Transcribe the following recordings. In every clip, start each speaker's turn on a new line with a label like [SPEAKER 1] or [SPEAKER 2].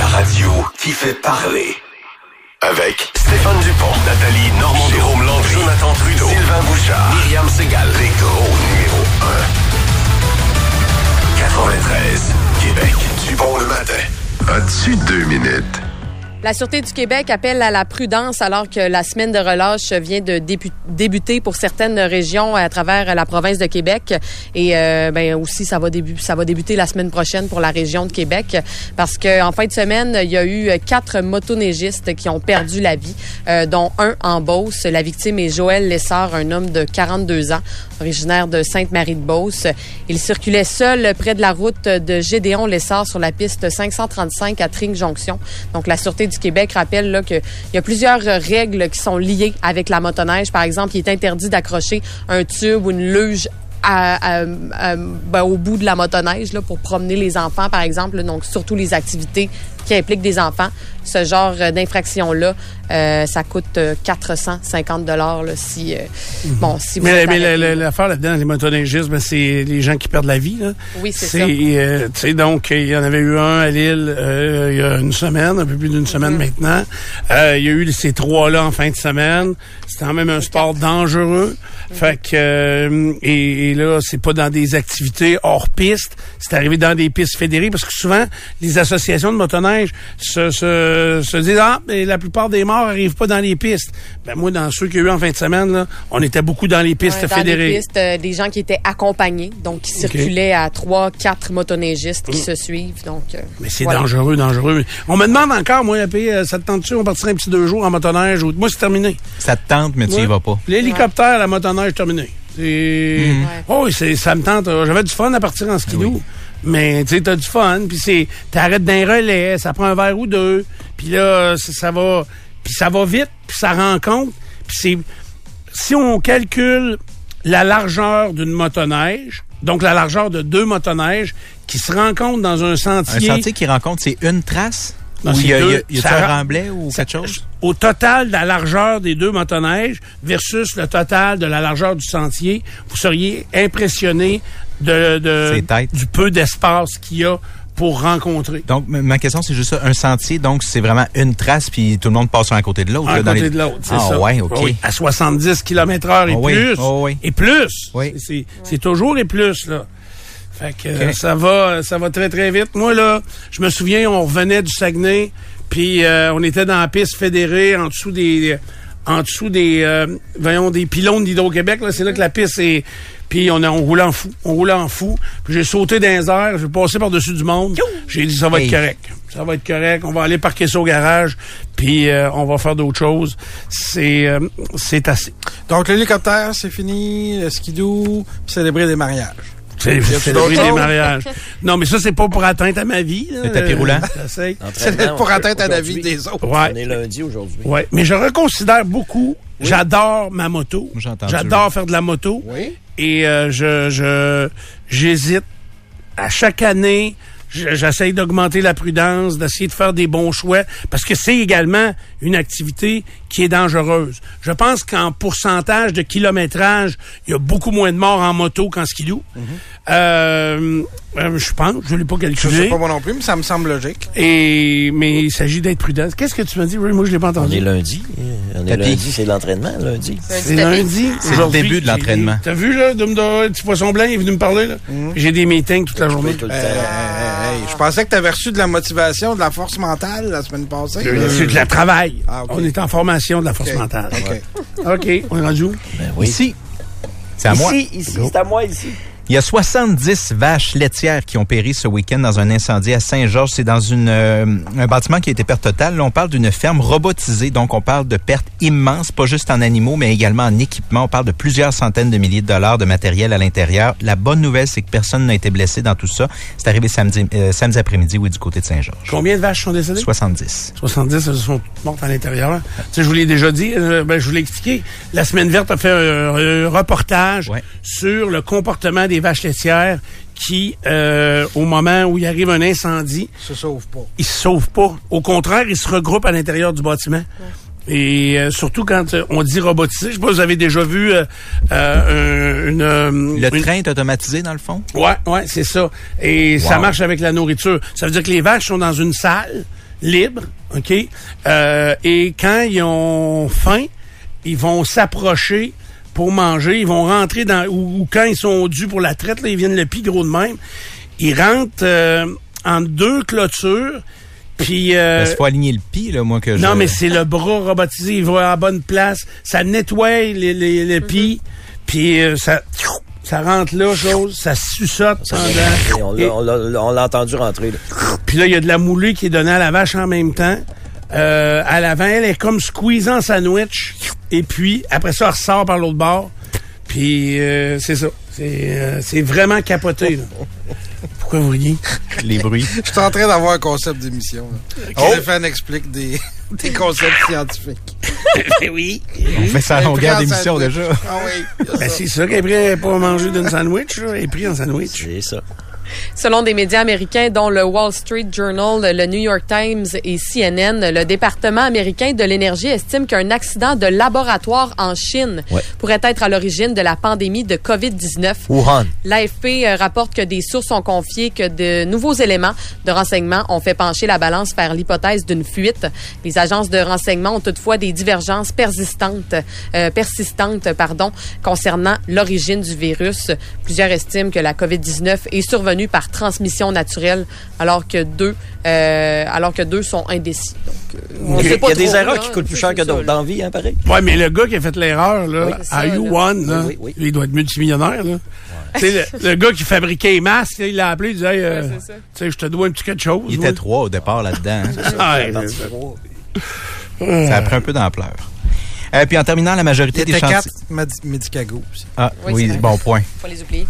[SPEAKER 1] radio qui fait parler. Avec Stéphane Dupont, Nathalie Normand, Jérôme Landry, Jonathan Trudeau, Sylvain Bouchard, Myriam Segal, les gros numéros 1. 93, Québec, Dupont le matin. As-tu deux minutes?
[SPEAKER 2] La Sûreté du Québec appelle à la prudence alors que la semaine de relâche vient de débu- débuter pour certaines régions à travers la province de Québec. Et euh, ben aussi, ça va, débu- ça va débuter la semaine prochaine pour la région de Québec parce qu'en fin de semaine, il y a eu euh, quatre motoneigistes qui ont perdu la vie, euh, dont un en Beauce. La victime est Joël Lessard, un homme de 42 ans, originaire de Sainte-Marie-de-Beauce. Il circulait seul près de la route de Gédéon Lessard sur la piste 535 à Tring-Jonction. Donc, la Sûreté du Québec rappelle là, qu'il y a plusieurs euh, règles qui sont liées avec la motoneige. Par exemple, il est interdit d'accrocher un tube ou une luge à- à- à- ben, au bout de la motoneige là, pour promener les enfants, par exemple. là. donc, surtout les activités qui impliquent des enfants. Ce genre euh, d'infraction-là, euh, ça coûte euh, 450 dollars si, euh, bon, si vous
[SPEAKER 3] Mais,
[SPEAKER 2] êtes
[SPEAKER 3] mais
[SPEAKER 2] arrêté.
[SPEAKER 3] la- la- euh, l'affaire là-dedans, les motoneigistes, ben, c'est les gens qui perdent la vie. Là.
[SPEAKER 2] Oui, c'est ça.
[SPEAKER 3] euh, tu sais, donc, il y en avait eu un à Lille euh, il y a une semaine, un peu plus d'une
[SPEAKER 2] Mm-hmm.
[SPEAKER 3] semaine maintenant. Euh, Il y a eu ces trois-là en fin de semaine. C'est quand même un sport dangereux.
[SPEAKER 2] Mm-hmm.
[SPEAKER 3] Fait que, euh, et, et là, c'est pas dans des activités hors piste. C'est arrivé dans des pistes fédérées parce que souvent, les associations de motoneige se, se, se disent, ah, mais la plupart des morts arrivent pas dans les pistes. Ben, moi, dans ceux qu'il y a eu en fin de semaine, là, on était beaucoup dans les pistes
[SPEAKER 2] Ouais, dans
[SPEAKER 3] fédérées.
[SPEAKER 2] les pistes, euh, des gens qui étaient accompagnés, donc qui
[SPEAKER 3] Ok. Mm.
[SPEAKER 2] circulaient à trois, quatre motoneigistes qui se suivent. Donc, euh,
[SPEAKER 3] Mais c'est
[SPEAKER 2] voilà.
[SPEAKER 3] dangereux, dangereux. On me demande encore, moi, AP, euh, ça te tente-tu, on partirait un petit deux jours en motoneige? Ou... Moi, c'est terminé.
[SPEAKER 4] Ça te tente, mais tu
[SPEAKER 3] Ouais.
[SPEAKER 4] y vas pas. Mhm.
[SPEAKER 3] L'hélicoptère, la motoneige, terminé. C'est... Oh, c'est, ça me tente. euh, J'avais du fun à partir en skidoo. Mais, tu sais, t'as du fun, puis c'est... T'arrêtes d'un relais, ça prend un verre ou deux, puis là, ça, ça va... Puis ça va vite, puis ça rencontre, puis c'est... Si on calcule la largeur d'une motoneige, donc la largeur de deux motoneiges qui se rencontrent dans un
[SPEAKER 4] Un
[SPEAKER 3] sentier...
[SPEAKER 4] sentier qui rencontre, c'est une trace?
[SPEAKER 3] Non,
[SPEAKER 4] ou
[SPEAKER 3] c'est
[SPEAKER 4] il y a, il y a-
[SPEAKER 3] deux.
[SPEAKER 4] il y a-tu
[SPEAKER 3] Ça
[SPEAKER 4] un
[SPEAKER 3] ra-
[SPEAKER 4] remblai ou
[SPEAKER 3] Ça-
[SPEAKER 4] quelque chose?
[SPEAKER 3] Au total de la largeur des deux motoneiges versus le total de la largeur du sentier, vous seriez impressionné de, de-
[SPEAKER 4] Ces têtes.
[SPEAKER 3] du peu d'espace qu'il y a pour rencontrer.
[SPEAKER 4] Donc, m- ma question, c'est juste ça. Un sentier, donc, c'est vraiment une trace, puis tout le monde passe un à côté de l'autre.
[SPEAKER 3] Un
[SPEAKER 4] là, dans
[SPEAKER 3] côté
[SPEAKER 4] les-
[SPEAKER 3] de l'autre, c'est
[SPEAKER 4] ah,
[SPEAKER 3] ça.
[SPEAKER 4] ouais, OK.
[SPEAKER 3] Oui, à 70 km heure et
[SPEAKER 4] Ah oui,
[SPEAKER 3] plus.
[SPEAKER 4] ah oui.
[SPEAKER 3] Et plus.
[SPEAKER 4] Oui.
[SPEAKER 3] C'est- C'est, c'est toujours et plus, là. Fait que euh,
[SPEAKER 4] Ok.
[SPEAKER 3] ça va ça va très, très vite. Moi, là, je me souviens, on revenait du Saguenay, puis euh, on était dans la piste fédérée, en dessous des... En dessous des, euh, voyons, des pylônes d'Hydro-Québec, là, c'est là que la piste est... Puis on, a- on roulait en fou, on roulait en fou. Puis j'ai sauté dans les airs, j'ai passé par-dessus du monde. J'ai dit, ça va
[SPEAKER 4] Hey.
[SPEAKER 3] être correct. Ça va être correct. On va aller parquer ça au garage, puis euh, on va faire d'autres choses. C'est euh, c'est assez.
[SPEAKER 5] Donc, l'hélicoptère, c'est fini, le skidoo, puis célébrer des mariages.
[SPEAKER 3] C'est
[SPEAKER 5] a-tu
[SPEAKER 3] c'est le
[SPEAKER 5] d'autres
[SPEAKER 3] prix des
[SPEAKER 5] choses?
[SPEAKER 3] mariages. Non, mais ça, c'est pas pour atteindre à ma vie. là.
[SPEAKER 4] Le tapis roulant?
[SPEAKER 3] J'essaie.
[SPEAKER 4] Ben
[SPEAKER 5] C'est pour atteindre à la vie des autres.
[SPEAKER 6] On
[SPEAKER 3] Ouais,
[SPEAKER 6] est lundi aujourd'hui.
[SPEAKER 3] ouais. Mais je reconsidère beaucoup. J'adore ma moto.
[SPEAKER 4] J'ai entendu.
[SPEAKER 3] J'adore faire de la moto.
[SPEAKER 5] Oui.
[SPEAKER 3] Et euh, je je- j'hésite. À chaque année, je- j'essaye d'augmenter la prudence, d'essayer de faire des bons choix, parce que c'est également une activité qui est dangereuse. Je pense qu'en pourcentage de kilométrage, il y a beaucoup moins de morts en moto qu'en skidoo. Euh, euh, je pense, je ne l'ai pas
[SPEAKER 5] Je
[SPEAKER 3] calculé.
[SPEAKER 5] sais pas moi non plus, mais ça me semble logique.
[SPEAKER 3] Et mais il s'agit d'être prudent. Qu'est-ce que tu m'as dit, Ray? Moi, je l'ai pas
[SPEAKER 6] On
[SPEAKER 3] entendu.
[SPEAKER 6] est lundi. euh, On est
[SPEAKER 4] Tapis.
[SPEAKER 6] lundi, c'est l'entraînement, lundi.
[SPEAKER 5] Euh,
[SPEAKER 3] C'est lundi.
[SPEAKER 4] le
[SPEAKER 3] aujourd'hui,
[SPEAKER 4] début de
[SPEAKER 3] j'ai
[SPEAKER 4] l'entraînement.
[SPEAKER 3] des- T'as vu là, Dum Dum, petit poisson blanc, il est venu me parler là.
[SPEAKER 5] Mhm.
[SPEAKER 3] J'ai des meetings toute la journée.
[SPEAKER 6] Tout le
[SPEAKER 5] Euh,
[SPEAKER 6] temps.
[SPEAKER 4] Ah.
[SPEAKER 5] hey, hey, je pensais que tu avais reçu de la motivation, de la force mentale la semaine passée.
[SPEAKER 3] Euh, C'est de la travail.
[SPEAKER 5] Ah, ok.
[SPEAKER 3] On est en formation de la force
[SPEAKER 5] Ok.
[SPEAKER 3] mentale.
[SPEAKER 5] OK.
[SPEAKER 3] OK, on est rendu où?
[SPEAKER 6] Ben oui.
[SPEAKER 4] Ici, c'est à moi.
[SPEAKER 6] Ici, ici, c'est à moi ici.
[SPEAKER 4] Il y a 70 vaches laitières qui ont péri ce week-end dans un incendie à Saint-Georges. C'est dans une, euh, un bâtiment qui a été perte totale. Là, on parle d'une ferme robotisée, donc on parle de pertes immenses, pas juste en animaux, mais également en équipement. On parle de plusieurs centaines de milliers de dollars de matériel à l'intérieur. La bonne nouvelle, c'est que personne n'a été blessé dans tout ça. C'est arrivé samedi, euh, samedi après-midi, oui, du côté de Saint-Georges.
[SPEAKER 3] Combien de vaches sont décédées?
[SPEAKER 4] 70.
[SPEAKER 3] 70, elles sont toutes mortes à l'intérieur. Tu sais, je vous l'ai déjà dit, euh, ben, je vous l'ai expliqué. La Semaine verte a fait un, un reportage
[SPEAKER 4] Ouais.
[SPEAKER 3] sur le comportement des vaches laitières qui, euh, au moment où il arrive un incendie,
[SPEAKER 5] Ça sauve pas.
[SPEAKER 3] ils se sauvent pas. Au contraire, ils se regroupent à l'intérieur du bâtiment. Et euh, surtout quand euh, on dit robotisé, je sais pas, vous avez déjà vu euh, euh, un- une, euh,
[SPEAKER 4] Le
[SPEAKER 3] une-
[SPEAKER 4] train est automatisé, dans le fond?
[SPEAKER 3] Ouais, ouais, c'est ça. Et ça
[SPEAKER 4] Wow.
[SPEAKER 3] marche avec la nourriture. Ça veut dire que les vaches sont dans une salle. libres, OK? Euh, et quand ils ont faim, ils vont s'approcher pour manger, ils vont rentrer dans... Ou, ou quand ils sont dus pour la traite, là, ils viennent le pis gros de même. Ils rentrent euh, en deux clôtures, puis... euh,
[SPEAKER 4] Parce qu'il faut aligner le pied, là, moi, que je...
[SPEAKER 3] non, mais c'est le bras robotisé. Il va à la bonne place. Ça nettoie les, les, les pieds. Puis euh, ça, ça rentre là, chose. Ça suçote
[SPEAKER 6] Ça, c'est- on
[SPEAKER 3] pendant.
[SPEAKER 6] l'a- on l'a- on l'a entendu rentrer. là.
[SPEAKER 3] Et- Puis là, il y a de la moulée qui est donnée à la vache en même temps. Euh, à l'avant, elle est comme squeezant sandwich. Et puis, après ça, elle ressort par l'autre bord. Puis, euh, c'est ça. C'est euh, c'est vraiment capoté. là. Pourquoi vous riez?
[SPEAKER 4] Les bruits.
[SPEAKER 5] Je suis en train d'avoir un concept d'émission. là.
[SPEAKER 4] Oh.
[SPEAKER 5] Stéphane explique des, des concepts scientifiques.
[SPEAKER 4] Ah, On fait ça à longueur d'émission,
[SPEAKER 5] Impressionnant, sandwich.
[SPEAKER 4] déjà.
[SPEAKER 5] Ah oui.
[SPEAKER 3] Ben, c'est ça qu'elle est prête pas manger d'une sandwich. là. Elle est prise en sandwich.
[SPEAKER 6] C'est ça.
[SPEAKER 2] Selon des médias américains, dont le Wall Street Journal, le New York Times et CNN, le département américain de l'énergie estime qu'un accident de laboratoire en Chine
[SPEAKER 6] Ouais.
[SPEAKER 2] pourrait être à l'origine de la pandémie de COVID-19.
[SPEAKER 6] Wuhan.
[SPEAKER 2] L'AFP euh, rapporte que des sources ont confié que de nouveaux éléments de renseignement ont fait pencher la balance vers l'hypothèse d'une fuite. Les agences de renseignement ont toutefois des divergences persistantes, euh, persistantes pardon, concernant l'origine du virus. Plusieurs estiment que la COVID-19 est survenue par transmission naturelle, alors que deux, euh, alors que deux sont indécis. Donc, euh, on
[SPEAKER 6] Il y
[SPEAKER 2] sait
[SPEAKER 6] a- il
[SPEAKER 2] pas
[SPEAKER 6] y a des
[SPEAKER 2] trop,
[SPEAKER 6] erreurs
[SPEAKER 2] là.
[SPEAKER 6] qui coûtent plus
[SPEAKER 2] C'est-
[SPEAKER 6] cher que
[SPEAKER 2] c'est ça,
[SPEAKER 6] d'autres
[SPEAKER 2] là.
[SPEAKER 6] dans la vie, hein, pareil.
[SPEAKER 3] Ouais, mais le gars qui a fait l'erreur, là,
[SPEAKER 6] Oui,
[SPEAKER 2] c'est ça,
[SPEAKER 3] à You
[SPEAKER 2] là.
[SPEAKER 3] One, là,
[SPEAKER 6] Oui, oui, oui.
[SPEAKER 3] lui, il doit être multimillionnaire, là. Tu sais, le, le gars qui fabriquait les masques, là, il l'a appelé, il disait, hey, euh,
[SPEAKER 2] Ouais,
[SPEAKER 3] tu
[SPEAKER 2] c'est ça.
[SPEAKER 3] sais, je te dois un petit quelque chose.
[SPEAKER 4] Il
[SPEAKER 3] moi.
[SPEAKER 4] était trois au départ là-dedans. hein.
[SPEAKER 3] Ah, ouais,
[SPEAKER 6] Parti
[SPEAKER 3] c'est-
[SPEAKER 6] trois.
[SPEAKER 4] ça a pris un peu d'ampleur. Euh, puis en terminant, la
[SPEAKER 5] Il
[SPEAKER 4] majorité des
[SPEAKER 5] était quatre
[SPEAKER 4] chantiers...
[SPEAKER 5] Madi- Medicago. aussi.
[SPEAKER 4] Ah,
[SPEAKER 2] Oui,
[SPEAKER 4] oui,
[SPEAKER 2] c'est vrai.
[SPEAKER 4] bon point.
[SPEAKER 2] Faut les oublier.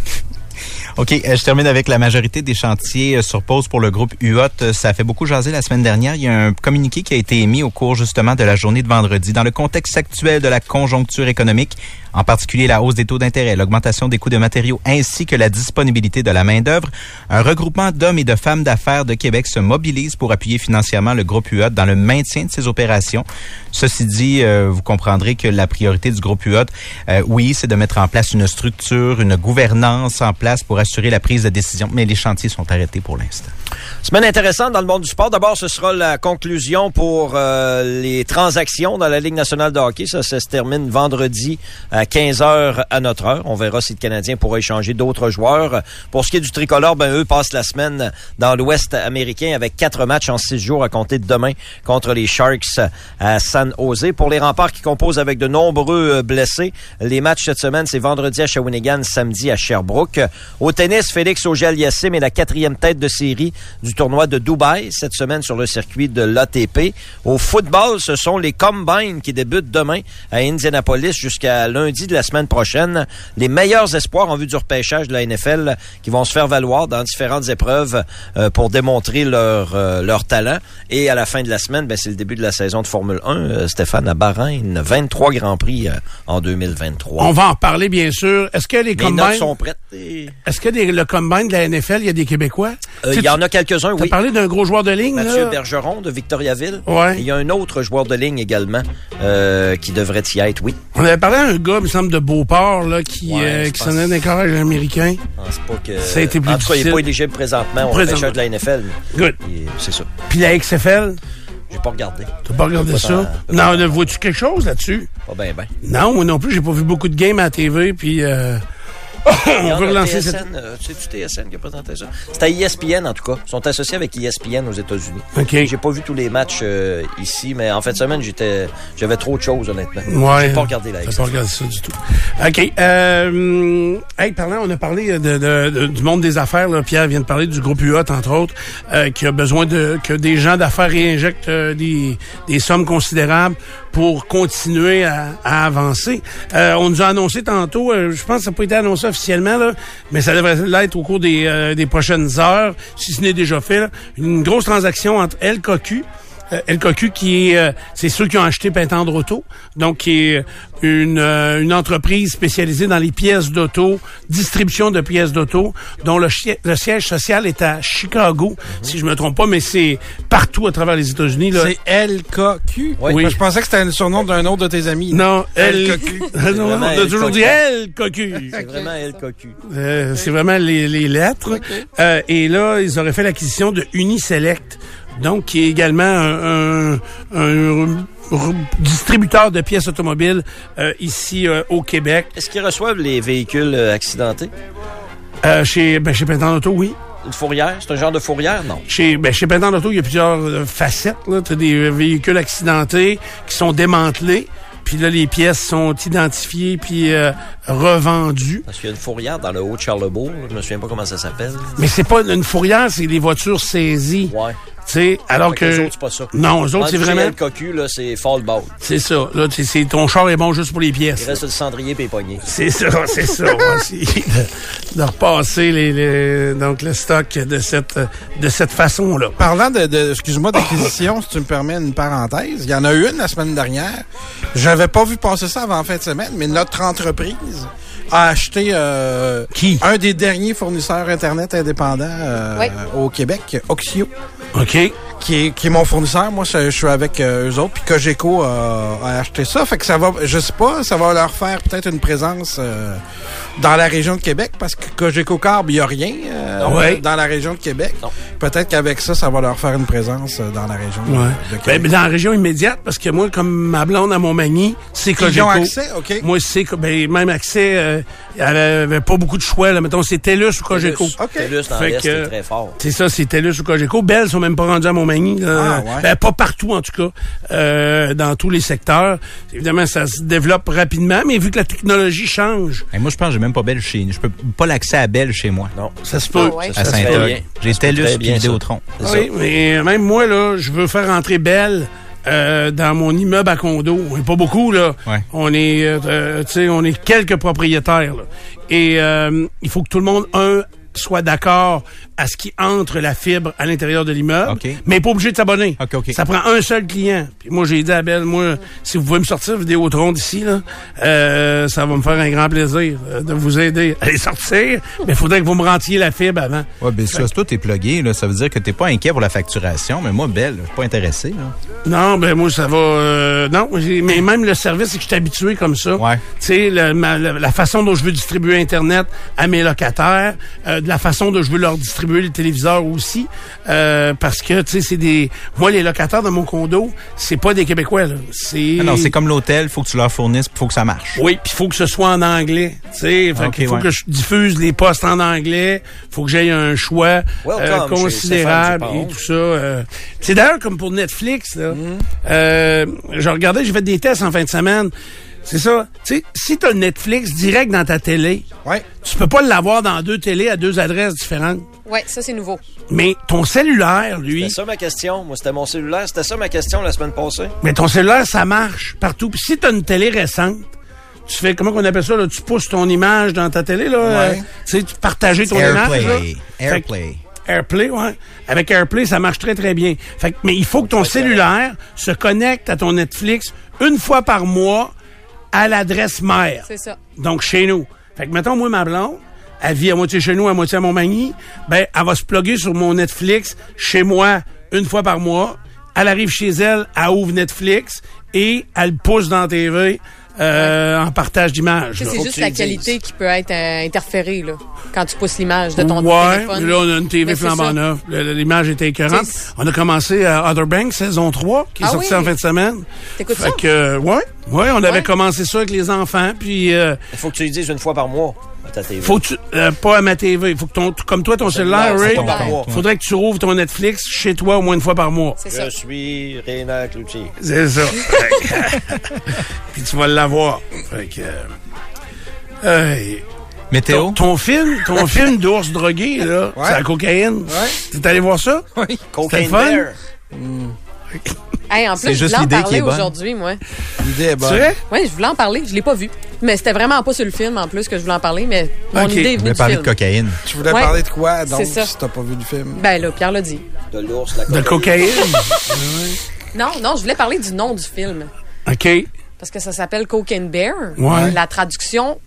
[SPEAKER 4] OK, euh, je termine avec la majorité des chantiers euh, sur pause pour le groupe UOT. Euh, Ça a fait beaucoup jaser la semaine dernière. Il y a un communiqué qui a été émis au cours justement de la journée de vendredi. Dans le contexte actuel de la conjoncture économique, en particulier la hausse des taux d'intérêt, l'augmentation des coûts de matériaux ainsi que la disponibilité de la main-d'œuvre, un regroupement d'hommes et de femmes d'affaires de Québec se mobilise pour appuyer financièrement le groupe UOT dans le maintien de ses opérations. Ceci dit, euh, vous comprendrez que la priorité du groupe UOT, euh, oui, c'est de mettre en place une structure, une gouvernance en place pour assurer la prise de décision, mais les chantiers sont arrêtés pour l'instant.
[SPEAKER 6] Semaine intéressante dans le monde du sport. D'abord, ce sera la conclusion pour euh, les transactions dans la Ligue nationale de hockey. Ça, ça se termine vendredi à 15h à notre heure. On verra si le Canadien pourra échanger d'autres joueurs. Pour ce qui est du tricolore, ben, eux passent la semaine dans l'Ouest américain avec quatre matchs en six jours à compter de demain contre les Sharks à San Jose. Pour les remparts qui composent avec de nombreux euh, blessés, les matchs cette semaine, c'est vendredi à Shawinigan, samedi à Sherbrooke. Au tennis, Félix Auger-Aliassime est la quatrième tête de série du tournoi de Dubaï cette semaine sur le circuit de l'ATP. Au football, ce sont les Combines qui débutent demain à Indianapolis jusqu'à lundi de la semaine prochaine. Les meilleurs espoirs en vue du repêchage de la NFL qui vont se faire valoir dans différentes épreuves euh, pour démontrer leur, euh, leur talent. Et à la fin de la semaine, ben, c'est le début de la saison de Formule 1. euh, Stéphane à Bahreïn, 23 Grands Prix euh, en 2023.
[SPEAKER 3] On va en parler, bien sûr. Est-ce que les
[SPEAKER 6] Les notes
[SPEAKER 3] combines,
[SPEAKER 6] sont prêtes. et-
[SPEAKER 3] est-ce que des- le combine de la NFL, il y a des Québécois?
[SPEAKER 6] Euh,
[SPEAKER 3] Tu sais,
[SPEAKER 6] Il y en
[SPEAKER 3] tu-
[SPEAKER 6] a quelques-uns,
[SPEAKER 3] T'as
[SPEAKER 6] oui.
[SPEAKER 3] parlé d'un gros joueur de ligne,
[SPEAKER 6] Mathieu
[SPEAKER 3] là?
[SPEAKER 6] Bergeron de Victoriaville.
[SPEAKER 3] Ouais.
[SPEAKER 6] Et Il y a un autre joueur de ligne également euh, qui devrait y être, oui.
[SPEAKER 3] On avait parlé à un gars, il me semble, de Beauport, là, qui,
[SPEAKER 6] Ouais,
[SPEAKER 3] euh,
[SPEAKER 6] je
[SPEAKER 3] qui
[SPEAKER 6] pense.
[SPEAKER 3] s'en est d'un collège américain.
[SPEAKER 6] Je pense pas que.
[SPEAKER 3] Ça a été plus
[SPEAKER 6] en tout cas, il n'est
[SPEAKER 3] difficile.
[SPEAKER 6] pas éligible présentement au
[SPEAKER 3] Présentement.
[SPEAKER 6] repêchage de la NFL.
[SPEAKER 3] Good.
[SPEAKER 6] Il- C'est ça.
[SPEAKER 3] Puis la XFL,
[SPEAKER 6] J'ai pas regardé.
[SPEAKER 3] t'as pas regardé
[SPEAKER 6] Pas tant-
[SPEAKER 3] ça?
[SPEAKER 6] pas
[SPEAKER 3] Non,
[SPEAKER 6] tant.
[SPEAKER 3] ne vois-tu quelque chose là-dessus?
[SPEAKER 6] Pas bien, bien.
[SPEAKER 3] Non, moi non plus, j'ai pas vu beaucoup de games à la TV, puis euh, on veut relancer cette...
[SPEAKER 6] C'est du euh, TSN qui a présenté ça. C'était à E ESPN, en tout cas. Ils sont associés avec E ESPN aux États-Unis.
[SPEAKER 3] OK.
[SPEAKER 6] J'ai pas vu tous les matchs euh, ici, mais en fin de semaine, j'étais, j'avais trop de choses, honnêtement.
[SPEAKER 3] Ouais.
[SPEAKER 6] J'ai pas regardé la
[SPEAKER 3] T'as
[SPEAKER 6] XFL.
[SPEAKER 3] pas regardé ça du tout. OK. Euh, hey, parlant, on a parlé de, de- de- du monde des affaires. Là. Pierre vient de parler du groupe UOT, entre autres, euh, qui a besoin de que des gens d'affaires réinjectent euh, des, des sommes considérables pour continuer à, à avancer. Euh, on nous a annoncé tantôt, euh, je pense que ça n'a pas été annoncé officiellement, là, mais ça devrait l'être au cours des, euh, des prochaines heures, si ce n'est déjà fait, là, une grosse transaction entre LKQ euh, LKQ qui est, euh, c'est ceux qui ont acheté Pintendre Auto, donc qui est une, euh, une entreprise spécialisée dans les pièces d'auto, distribution de pièces d'auto, dont le, chi- le siège social est à Chicago, si je me trompe pas, mais c'est partout à travers les États-Unis. là.
[SPEAKER 5] C'est LKQ.
[SPEAKER 6] Oui.
[SPEAKER 5] Moi, Je pensais que c'était le surnom d'un autre de tes amis.
[SPEAKER 3] Non, L-
[SPEAKER 5] LKQ.
[SPEAKER 3] non, on a
[SPEAKER 6] vraiment
[SPEAKER 3] toujours dit LKQ.
[SPEAKER 6] C'est vraiment LKQ.
[SPEAKER 3] Euh, c'est vraiment les, les lettres. Euh, et là, ils auraient fait l'acquisition de Uniselect. donc qui est également un, un- un r- r- distributeur de pièces automobiles euh, ici euh, au Québec.
[SPEAKER 6] Est-ce qu'ils reçoivent les véhicules euh, accidentés?
[SPEAKER 3] Euh, chez ben, chez Pentan Auto, oui.
[SPEAKER 6] Une fourrière? C'est un genre de fourrière? Non.
[SPEAKER 3] Chez, ben, chez Benton Auto, il y a plusieurs euh, facettes. Tu as des euh, véhicules accidentés qui sont démantelés. Puis là, les pièces sont identifiées puis euh, revendues.
[SPEAKER 6] Parce qu'il y a une fourrière dans le haut de Charlebourg. Je me souviens pas comment ça s'appelle.
[SPEAKER 3] Mais c'est pas une fourrière, c'est les voitures saisies.
[SPEAKER 6] Ouais.
[SPEAKER 3] Tu sais, alors
[SPEAKER 6] Fait que
[SPEAKER 3] que...
[SPEAKER 6] les autres, c'est pas ça.
[SPEAKER 3] euh, Non, eux autres, c'est
[SPEAKER 6] Industriel
[SPEAKER 3] vraiment...
[SPEAKER 6] cocu, là, c'est fall-ball.
[SPEAKER 3] C'est ça. Là, tu sais, c'est- ton char est bon juste pour les pièces.
[SPEAKER 6] Il reste le cendrier pis les poignées.
[SPEAKER 3] C'est ça, c'est ça. On va essayer de, de repasser les, les- donc le stock de cette, de cette façon-là.
[SPEAKER 5] Parlant de, de- excuse-moi, d'acquisition, si tu me permets une parenthèse, il y en a eu une la semaine dernière. J'avais pas vu passer ça avant la fin de semaine, mais notre entreprise a acheté euh,
[SPEAKER 3] Qui?
[SPEAKER 5] un des derniers fournisseurs Internet indépendants euh,
[SPEAKER 2] Oui.
[SPEAKER 5] au Québec, Oxio,
[SPEAKER 3] OK?
[SPEAKER 5] qui est, qui est mon fournisseur. Moi, je, je suis avec euh, eux autres, puis Cogeco euh, a acheté ça. Fait que ça va, je sais pas, ça va leur faire peut-être une présence euh, dans la région de Québec, parce que Cogeco Carb, il y a rien euh,
[SPEAKER 3] Ah Ouais.
[SPEAKER 5] dans la région de Québec.
[SPEAKER 6] Non.
[SPEAKER 5] Peut-être qu'avec ça, ça va leur faire une présence euh, dans la région
[SPEAKER 3] Ouais.
[SPEAKER 5] de
[SPEAKER 3] Ben,
[SPEAKER 5] Québec.
[SPEAKER 3] ben, dans la région immédiate, parce que moi, comme ma blonde à Montmagny, c'est que
[SPEAKER 5] Ils ont accès, OK.
[SPEAKER 3] Moi, c'est que- ben, même accès, euh, elle avait pas beaucoup de choix. Là. Mettons, c'est TELUS ou Cogeco.
[SPEAKER 6] Télus-
[SPEAKER 5] OK.
[SPEAKER 6] Télus dans
[SPEAKER 3] Fait
[SPEAKER 6] l'Est,
[SPEAKER 3] que-
[SPEAKER 6] c'est très fort.
[SPEAKER 3] C'est ça, c'est TELUS ou Cogeco. Bell sont même pas rendus à Montmagny. là.
[SPEAKER 5] Ah, ouais.
[SPEAKER 3] Ben, pas partout, en tout cas, euh, dans tous les secteurs. Évidemment, ça se développe rapidement, mais vu que la technologie change,
[SPEAKER 4] Et moi, je pense que j'ai même pas belle chez Je peux pas l'accès à belle chez moi.
[SPEAKER 6] Non.
[SPEAKER 3] ça se peut.
[SPEAKER 2] Ah ouais.
[SPEAKER 4] à
[SPEAKER 6] Ça se fait
[SPEAKER 4] Saint-Eudes.
[SPEAKER 6] bien.
[SPEAKER 4] J'ai
[SPEAKER 6] Ça se fait
[SPEAKER 4] Telus
[SPEAKER 6] très
[SPEAKER 4] puis
[SPEAKER 6] bien, ça.
[SPEAKER 4] Vidéotron.
[SPEAKER 6] C'est ça.
[SPEAKER 3] Ah Oui, mais euh, même moi, là, je veux faire entrer Belle euh, dans mon immeuble à condo. On est pas beaucoup, là.
[SPEAKER 4] Ouais.
[SPEAKER 3] On est, euh, euh, tu sais, on est quelques propriétaires, là. Et euh, il faut que tout le monde, un, soit d'accord à ce qui entre la fibre à l'intérieur de l'immeuble,
[SPEAKER 4] OK.
[SPEAKER 3] mais pas obligé de s'abonner.
[SPEAKER 4] OK, OK.
[SPEAKER 3] Ça prend un seul client. Puis moi, j'ai dit à Belle, moi, si vous pouvez me sortir Vidéotron d'ici, là, euh, ça va me faire un grand plaisir euh, de vous aider à les sortir, mais il faudrait que vous me rentiez la fibre avant.
[SPEAKER 4] Oui, bien sûr, toi, t'es plugué, là. Ça veut dire que t'es pas inquiet pour la facturation, mais moi, belle, je suis pas intéressé, là.
[SPEAKER 3] Non, ben moi ça va. euh, non, j'ai- mais même le service, c'est que je suis habitué comme ça.
[SPEAKER 4] Ouais.
[SPEAKER 3] Tu sais, le- ma- le- la façon dont je veux distribuer Internet à mes locataires, euh, de la façon dont je veux leur distribuer le téléviseur aussi, euh, parce que tu sais, c'est des. Moi, les locataires de mon condo, c'est pas des Québécois là. C'est.
[SPEAKER 4] Ah Non, c'est comme l'hôtel, faut que tu leur fournisses, faut que ça marche.
[SPEAKER 3] Oui, puis il faut que ce soit en anglais. Tu sais, fait
[SPEAKER 4] Ah, Ok,
[SPEAKER 3] qu'il faut
[SPEAKER 4] ouais.
[SPEAKER 3] que je diffuse les postes en anglais. faut que j'aille un choix
[SPEAKER 6] Welcome
[SPEAKER 3] euh,
[SPEAKER 6] chez
[SPEAKER 3] considérable
[SPEAKER 6] Stéphane
[SPEAKER 3] et
[SPEAKER 6] Dupont. Mm-hmm.
[SPEAKER 3] tout ça. euh. C'est d'ailleurs comme pour Netflix. Là. Euh, je regardais, j'ai fait des tests en fin de semaine. C'est ça. Tu sais, si t'as Netflix direct dans ta télé,
[SPEAKER 5] Ouais.
[SPEAKER 3] tu peux pas l'avoir dans deux télés à deux adresses différentes.
[SPEAKER 2] Oui, ça, c'est nouveau.
[SPEAKER 3] Mais ton cellulaire, lui,
[SPEAKER 6] C'était ça ma question. Moi, c'était mon cellulaire. C'était ça ma question la semaine passée.
[SPEAKER 3] Mais ton cellulaire, ça marche partout. Puis si t'as une télé récente, tu fais comment qu'on appelle ça là, tu pousses ton image dans ta télé là, euh, tu sais, tu partages ton image là.
[SPEAKER 4] Airplay.
[SPEAKER 3] Fait que-
[SPEAKER 4] Airplay.
[SPEAKER 3] Airplay, ouais. Avec Airplay, ça marche très très bien. Fait que- mais il faut que ton cellulaire se connecte à ton Netflix une fois par mois à l'adresse mère.
[SPEAKER 2] C'est ça.
[SPEAKER 3] Donc, chez nous. Fait que, mettons, moi, ma blonde, elle vit à moitié chez nous, à moitié à Montmagny, ben, elle va se plugger sur mon Netflix chez moi une fois par mois. Elle arrive chez elle, elle ouvre Netflix et elle pousse dans la TV euh, en partage d'images.
[SPEAKER 2] Tu sais,
[SPEAKER 3] là.
[SPEAKER 2] C'est
[SPEAKER 3] Faut
[SPEAKER 2] juste
[SPEAKER 3] que tu
[SPEAKER 2] la
[SPEAKER 3] le dises.
[SPEAKER 2] qualité qui peut être euh, interférée là, quand tu pousses l'image de ton
[SPEAKER 3] ouais,
[SPEAKER 2] téléphone.
[SPEAKER 3] mais là, on a une TV
[SPEAKER 2] Mais c'est
[SPEAKER 3] flambant
[SPEAKER 2] ça.
[SPEAKER 3] neuve. Le- L'image était écœurante.
[SPEAKER 2] C'est-
[SPEAKER 3] On a commencé à Other Bank, saison 3, qui est
[SPEAKER 2] Ah
[SPEAKER 3] sortie
[SPEAKER 2] oui?
[SPEAKER 3] en fin de semaine.
[SPEAKER 2] T'écoutes
[SPEAKER 3] Fait
[SPEAKER 2] ça?
[SPEAKER 3] que, euh, ouais, ouais, on avait
[SPEAKER 2] Ouais.
[SPEAKER 3] commencé ça avec les enfants, puis... euh,
[SPEAKER 6] Il faut que tu lui dises une fois par mois à ta TV.
[SPEAKER 3] Faut que tu, euh, pas à ma TV. Faut que ton, comme toi, ton cellulaire,
[SPEAKER 6] c'est
[SPEAKER 3] Ray,
[SPEAKER 6] ton compte, ouais.
[SPEAKER 3] faudrait que tu rouvres ton Netflix chez toi au moins une fois par mois.
[SPEAKER 2] C'est ça.
[SPEAKER 6] Je suis Réna Cloutier.
[SPEAKER 3] C'est ça. Puis tu vas l'avoir. Fait que, euh, hey.
[SPEAKER 4] Météo?
[SPEAKER 3] ton, ton film, ton film d'ours drogué, là, c'est la cocaïne. T'es allé voir ça?
[SPEAKER 6] Cocaine
[SPEAKER 3] fun?
[SPEAKER 6] Bear.
[SPEAKER 2] Hey, en
[SPEAKER 4] C'est
[SPEAKER 2] plus, je
[SPEAKER 4] juste
[SPEAKER 2] voulais en
[SPEAKER 4] l'idée qui est
[SPEAKER 2] parler
[SPEAKER 4] bonne.
[SPEAKER 2] aujourd'hui, moi.
[SPEAKER 5] L'idée est bonne.
[SPEAKER 3] C'est vrai?
[SPEAKER 2] Oui, je voulais en parler. Je l'ai pas vu. Mais c'était vraiment pas sur le film, en plus, que je voulais en parler. Mais mon
[SPEAKER 3] Ok.
[SPEAKER 2] idée est
[SPEAKER 4] Je
[SPEAKER 2] venue
[SPEAKER 4] voulais
[SPEAKER 2] du
[SPEAKER 4] parler de
[SPEAKER 2] film.
[SPEAKER 4] cocaïne.
[SPEAKER 5] Tu voulais
[SPEAKER 2] Ouais.
[SPEAKER 5] parler de quoi, donc,
[SPEAKER 2] C'est ça.
[SPEAKER 5] si t'as pas vu le film?
[SPEAKER 2] ben là, Pierre l'a dit.
[SPEAKER 6] De l'ours, la
[SPEAKER 3] De
[SPEAKER 6] cocaïne.
[SPEAKER 3] cocaïne?
[SPEAKER 2] Non, non, je voulais parler du nom du film.
[SPEAKER 3] OK.
[SPEAKER 2] Parce que ça s'appelle Coke and Bear.
[SPEAKER 3] Ouais.
[SPEAKER 2] La traduction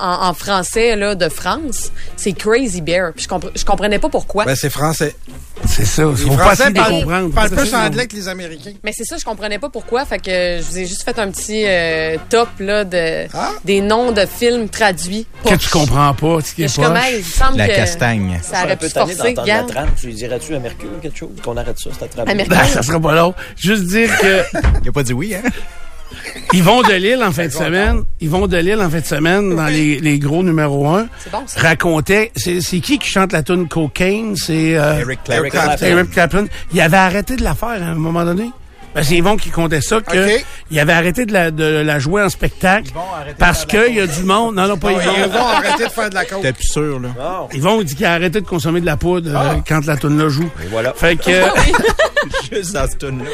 [SPEAKER 2] en, en
[SPEAKER 4] Ben,
[SPEAKER 2] français là, de France, c'est Crazy Bear. Puis je, compre- je comprenais pas pourquoi.
[SPEAKER 5] Ben, c'est français.
[SPEAKER 3] C'est ça. Ils
[SPEAKER 5] Les
[SPEAKER 3] vont pas
[SPEAKER 5] Français
[SPEAKER 3] essayer de
[SPEAKER 5] parlent,
[SPEAKER 3] comprendre.
[SPEAKER 5] parlent plus anglais que les Américains.
[SPEAKER 2] Mais c'est ça, je comprenais pas pourquoi. Fait que euh, je vous ai juste fait un petit euh, top là, de,
[SPEAKER 5] Ah.
[SPEAKER 2] des noms de films traduits.
[SPEAKER 3] Que
[SPEAKER 2] Poche.
[SPEAKER 3] tu comprends pas, ce qui
[SPEAKER 2] Je
[SPEAKER 3] est
[SPEAKER 2] suis comme, hey,
[SPEAKER 3] poche.
[SPEAKER 2] il me semble
[SPEAKER 4] La
[SPEAKER 2] que
[SPEAKER 4] castagne.
[SPEAKER 2] Ça aurait pu se
[SPEAKER 6] tanné
[SPEAKER 2] forcer,
[SPEAKER 6] d'entendre la
[SPEAKER 2] regarde.
[SPEAKER 6] trame. Tu dirais-tu à Mercure quelque chose? Qu'on arrête ça, cette trame?
[SPEAKER 2] À Mercure.
[SPEAKER 3] Ben, ça sera pas long. Juste dire que
[SPEAKER 4] Il a pas dit oui, hein?
[SPEAKER 3] ils vont de Lille en fin de semaine. Ils vont de Lille en fin de semaine dans les, les gros numéro un.
[SPEAKER 2] C'est bon, ça.
[SPEAKER 3] Racontait. C'est c'est qui qui chante la tune Cocaine? C'est euh,
[SPEAKER 4] Eric Clapton.
[SPEAKER 6] Eric Clapton.
[SPEAKER 3] C'est Eric Clapton. Il avait arrêté de la faire à un moment donné. Ben, c'est Yvon qui comptait ça que
[SPEAKER 5] OK.
[SPEAKER 3] il avait arrêté de la, de la jouer en spectacle parce qu'il y a du monde. Non, non, pas
[SPEAKER 5] Ouais, Ils vont
[SPEAKER 3] Yvon.
[SPEAKER 5] arrêter de faire de la coke.
[SPEAKER 4] T'es plus sûr, là.
[SPEAKER 6] Non.
[SPEAKER 3] Yvon il dit qu'il a arrêté de consommer de la poudre euh, quand la tune la joue.
[SPEAKER 6] Et voilà.
[SPEAKER 3] Fait que
[SPEAKER 4] Juste dans ce tune-là.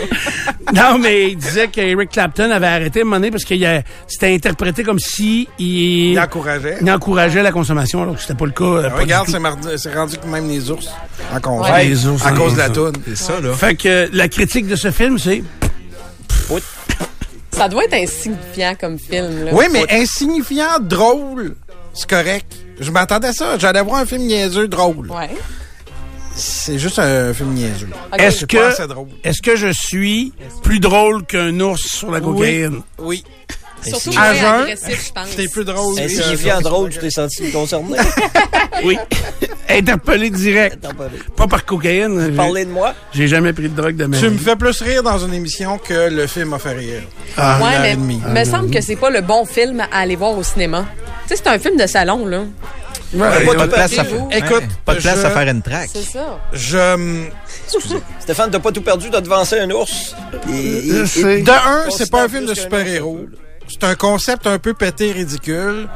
[SPEAKER 3] non mais il disait qu'Eric Clapton avait arrêté à un moment donné parce qu'il a- c'était interprété comme si il,
[SPEAKER 5] Ils encourageaient.
[SPEAKER 3] il encourageait la consommation alors que c'était pas le cas. euh,
[SPEAKER 5] Ah,
[SPEAKER 3] pas
[SPEAKER 5] Regarde,
[SPEAKER 3] du
[SPEAKER 5] c'est
[SPEAKER 3] tout.
[SPEAKER 5] mardi- c'est rendu que même les ours en congé.
[SPEAKER 3] Ouais, les ours
[SPEAKER 5] à
[SPEAKER 3] en
[SPEAKER 5] cause de la
[SPEAKER 3] congé.
[SPEAKER 5] toune.
[SPEAKER 4] C'est ça, là.
[SPEAKER 3] Fait que euh, la critique de ce film c'est
[SPEAKER 2] Ça doit être insignifiant comme film. Là.
[SPEAKER 5] Oui, mais insignifiant, drôle, c'est correct. Je m'attendais à ça. J'allais voir un film niaiseux drôle.
[SPEAKER 2] Ouais.
[SPEAKER 5] C'est juste un film niaiseux.
[SPEAKER 2] Ok.
[SPEAKER 3] est-ce
[SPEAKER 5] pas assez drôle.
[SPEAKER 3] que est-ce que je suis plus drôle qu'un ours sur la cocaïne
[SPEAKER 5] Oui.
[SPEAKER 2] Surtout
[SPEAKER 6] Insignifiant.
[SPEAKER 2] moins
[SPEAKER 3] Agent,
[SPEAKER 2] agressif, je pense.
[SPEAKER 5] C'est plus drôle. que-
[SPEAKER 6] Insignifiant Eh, drôle, tu t'es senti concerné.
[SPEAKER 3] Oui. Interpellé direct.
[SPEAKER 6] T'as pas vu.
[SPEAKER 3] Pas par cocaïne. j'ai-
[SPEAKER 6] Parler de moi.
[SPEAKER 3] J'ai jamais pris de drogue de ma
[SPEAKER 5] Tu
[SPEAKER 3] vie.
[SPEAKER 5] me fais plus rire dans une émission que le film a fait rire.
[SPEAKER 3] Ah,
[SPEAKER 5] une
[SPEAKER 2] Ouais,
[SPEAKER 5] heure
[SPEAKER 2] mais
[SPEAKER 5] et demie.
[SPEAKER 2] me semble que c'est pas le bon film à aller voir au cinéma. Tu sais, c'est un film de salon, là.
[SPEAKER 3] Ouais,
[SPEAKER 4] Pas de place à
[SPEAKER 2] vous.
[SPEAKER 4] faire.
[SPEAKER 5] Écoute,
[SPEAKER 4] Pas de place
[SPEAKER 5] je-
[SPEAKER 4] à faire une track.
[SPEAKER 2] C'est ça.
[SPEAKER 5] Je. hum,
[SPEAKER 6] Stéphane, t'as pas tout perdu, t'as devancé un ours.
[SPEAKER 3] je sais.
[SPEAKER 5] De un, c'est pas un
[SPEAKER 6] Considère
[SPEAKER 5] film de
[SPEAKER 6] plus qu'un
[SPEAKER 5] super-héros. C'est un concept un peu pété, ridicule.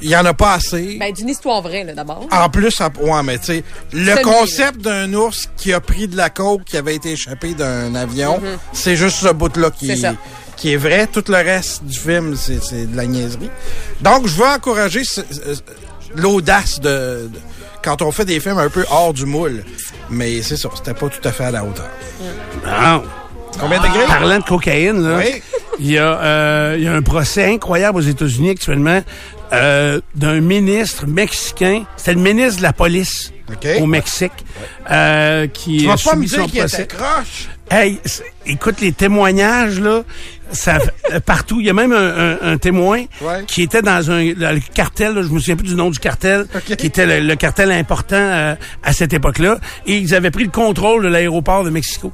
[SPEAKER 5] Il y en a pas assez.
[SPEAKER 2] Ben, d'une histoire vraie, là, d'abord.
[SPEAKER 5] En plus, en- ouais, mais tu sais, le
[SPEAKER 2] Celui-là.
[SPEAKER 5] concept d'un ours qui a pris de la coke, qui avait été échappé d'un avion, c'est juste ce bout-là qui,
[SPEAKER 2] Mhm. C'est ça.
[SPEAKER 5] qui est vrai. Tout le reste du film, c'est c'est de la niaiserie. Donc, je veux encourager ce- ce- l'audace de, de- quand on fait des films un peu hors du moule. Mais c'est ça, c'était pas tout à fait à la hauteur.
[SPEAKER 3] Non.
[SPEAKER 5] Combien de degrés?
[SPEAKER 3] Parlant de cocaïne, là,
[SPEAKER 5] Oui.
[SPEAKER 3] il y, a, euh, il y a un procès incroyable aux États-Unis actuellement euh, d'un ministre mexicain. C'était le ministre de la police
[SPEAKER 5] OK.
[SPEAKER 3] au Mexique euh, qui
[SPEAKER 5] Tu
[SPEAKER 3] a
[SPEAKER 5] vas pas me
[SPEAKER 3] subi
[SPEAKER 5] dire
[SPEAKER 3] son
[SPEAKER 5] qu'il était
[SPEAKER 3] procès.
[SPEAKER 5] croche.
[SPEAKER 3] Hey, c'est- écoute les témoignages là, ça euh, partout. Il y a même un, un- un témoin
[SPEAKER 5] Ouais.
[SPEAKER 3] qui était dans un dans le cartel. là, je me souviens plus du nom du cartel,
[SPEAKER 5] Ok.
[SPEAKER 3] qui était le, le cartel important euh, à cette époque-là. Et ils avaient pris le contrôle de l'aéroport de Mexico.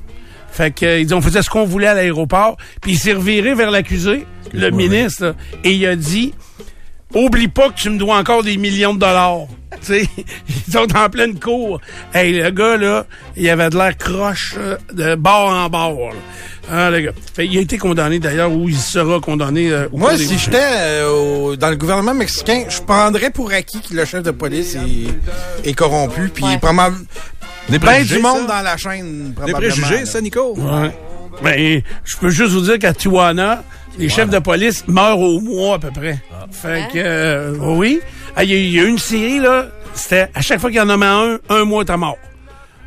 [SPEAKER 3] Fait que euh, ils ont faisait ce qu'on voulait à l'aéroport. Puis il s'est reviré vers l'accusé, le ministre, là, et il a dit. Oublie pas que tu me dois encore des millions de dollars. Tu sais, ils sont en pleine cour. Hey, le gars, là, il avait de l'air croche euh, de bord en bord. là. Ah, le gars. Fait, il a été condamné, d'ailleurs, ou il sera condamné. euh, au
[SPEAKER 5] Moi,
[SPEAKER 3] cours des-
[SPEAKER 5] si j'étais euh, au- dans le gouvernement mexicain, je prendrais pour acquis que le chef de police est, est corrompu, puis
[SPEAKER 2] Ouais.
[SPEAKER 5] probable-
[SPEAKER 4] Des
[SPEAKER 5] ben du
[SPEAKER 4] préjugés,
[SPEAKER 5] monde
[SPEAKER 4] ça?
[SPEAKER 5] dans la chaîne,
[SPEAKER 4] Des
[SPEAKER 5] probablement.
[SPEAKER 4] préjugés,
[SPEAKER 5] là.
[SPEAKER 4] ça, Nico?
[SPEAKER 3] Ouais. Ben, je peux juste vous dire qu'à Tijuana, les chefs de police meurent au mois à peu près.
[SPEAKER 5] Ah.
[SPEAKER 3] Fait que, euh, oui. Ah, Il y, a- il y a une série, là, c'était à chaque fois qu'il y en nommait un, un mois t'as mort.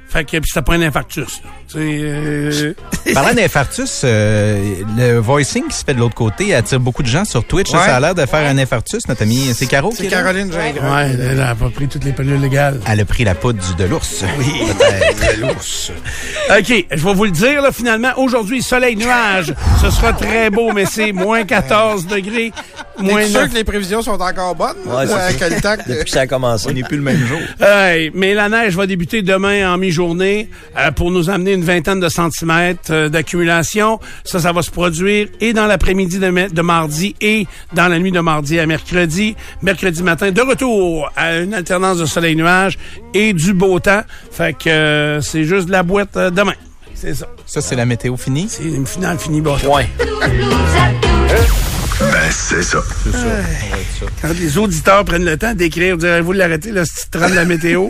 [SPEAKER 3] Fait que, puis c'était pas un infarctus. là. Tu sais, euh,
[SPEAKER 4] Parlant d'infarctus, euh, le voicing qui se fait de l'autre côté attire beaucoup de gens sur Twitch.
[SPEAKER 5] Ouais.
[SPEAKER 4] Ça a l'air de faire un infarctus, notre ami. C'est Caro qui
[SPEAKER 5] C'est
[SPEAKER 4] est là?
[SPEAKER 5] Caroline Gingras.
[SPEAKER 3] Ouais, elle n'a pas pris toutes les pilules légales.
[SPEAKER 4] Elle a pris la poudre du, de l'ours. Oui. l'ours.
[SPEAKER 3] OK, je vais vous le dire, là, finalement, aujourd'hui, soleil-nuage. Ce sera très beau, mais c'est moins 14 degrés, moins
[SPEAKER 5] T'es sûr
[SPEAKER 3] 9.
[SPEAKER 5] que les prévisions sont encore bonnes?
[SPEAKER 6] Ouais, c'est
[SPEAKER 5] euh,
[SPEAKER 6] ça.
[SPEAKER 5] quel temps que-
[SPEAKER 6] Depuis que ça a
[SPEAKER 4] On
[SPEAKER 6] commencé.
[SPEAKER 4] n'est plus le même jour.
[SPEAKER 3] Hey, mais la neige va débuter demain en mi-journée euh, pour nous amener une vingtaine de centimètres euh, d'accumulation. Ça, ça va se produire et dans l'après-midi de, ma- de mardi et dans la nuit de mardi à mercredi. Mercredi matin, de retour à une alternance de soleil-nuage et du beau temps. Fait que euh, c'est juste de la boîte euh, demain. C'est ça.
[SPEAKER 4] Ça, c'est la météo finie.
[SPEAKER 3] C'est une finale finie. Bon,
[SPEAKER 6] Point.
[SPEAKER 1] Ben, c'est ça.
[SPEAKER 3] Quand les auditeurs prennent le temps d'écrire, direz-vous de l'arrêter, le petit train de la météo?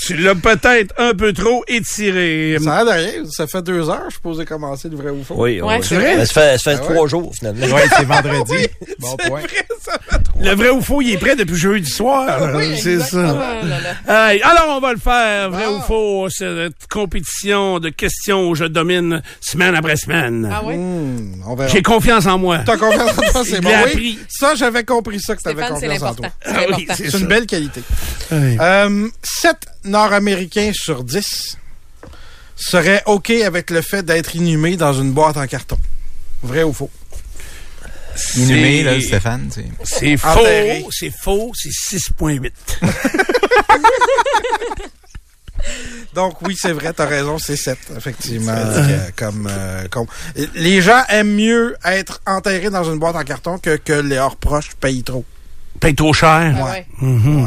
[SPEAKER 3] tu l'as peut-être un peu trop étiré.
[SPEAKER 5] Ça a l'air de rien. Ça fait deux heures, je suppose, de commencer le vrai ou faux.
[SPEAKER 6] Oui,
[SPEAKER 2] Ouais.
[SPEAKER 6] oui.
[SPEAKER 2] C'est vrai?
[SPEAKER 6] Ben, Ça fait, ça fait
[SPEAKER 5] Ah ouais.
[SPEAKER 6] trois jours, finalement.
[SPEAKER 4] Oui, c'est vendredi. bon point.
[SPEAKER 3] Le vrai ou faux, il est prêt depuis jeudi soir. c'est ça.
[SPEAKER 2] Ah, là, là.
[SPEAKER 3] Hey, alors, on va le faire, vrai ou faux, cette compétition de questions où je domine semaine après semaine.
[SPEAKER 2] Ah ouais?
[SPEAKER 5] Hmm, on verra.
[SPEAKER 3] J'ai confiance en moi.
[SPEAKER 5] T'as confiance en toi, c'est
[SPEAKER 3] Il
[SPEAKER 5] bon.
[SPEAKER 3] l'a
[SPEAKER 5] Oui.
[SPEAKER 3] appris.
[SPEAKER 5] Ça, j'avais compris ça que t'avais
[SPEAKER 2] Stéphane, c'est
[SPEAKER 5] confiance en toi.
[SPEAKER 2] l'important. C'est
[SPEAKER 3] Ah oui,
[SPEAKER 2] l'important.
[SPEAKER 3] c'est
[SPEAKER 5] C'est une
[SPEAKER 3] ça.
[SPEAKER 5] belle qualité.
[SPEAKER 3] Hey.
[SPEAKER 5] Euh, cette Nord-Américains sur 10 seraient OK avec le fait d'être inhumés dans une boîte en carton. Vrai ou faux?
[SPEAKER 4] Inhumé,
[SPEAKER 3] C'est-
[SPEAKER 4] là, Stéphane. c'est-
[SPEAKER 3] C'est faux,
[SPEAKER 5] Enterré.
[SPEAKER 3] c'est faux, c'est 6.8.
[SPEAKER 5] Donc oui, c'est vrai, t'as raison, c'est 7, effectivement. euh, comme, euh, comme- Les gens aiment mieux être enterrés dans une boîte en carton que que leurs proches payent trop.
[SPEAKER 3] Paye trop cher.
[SPEAKER 2] Ah ouais.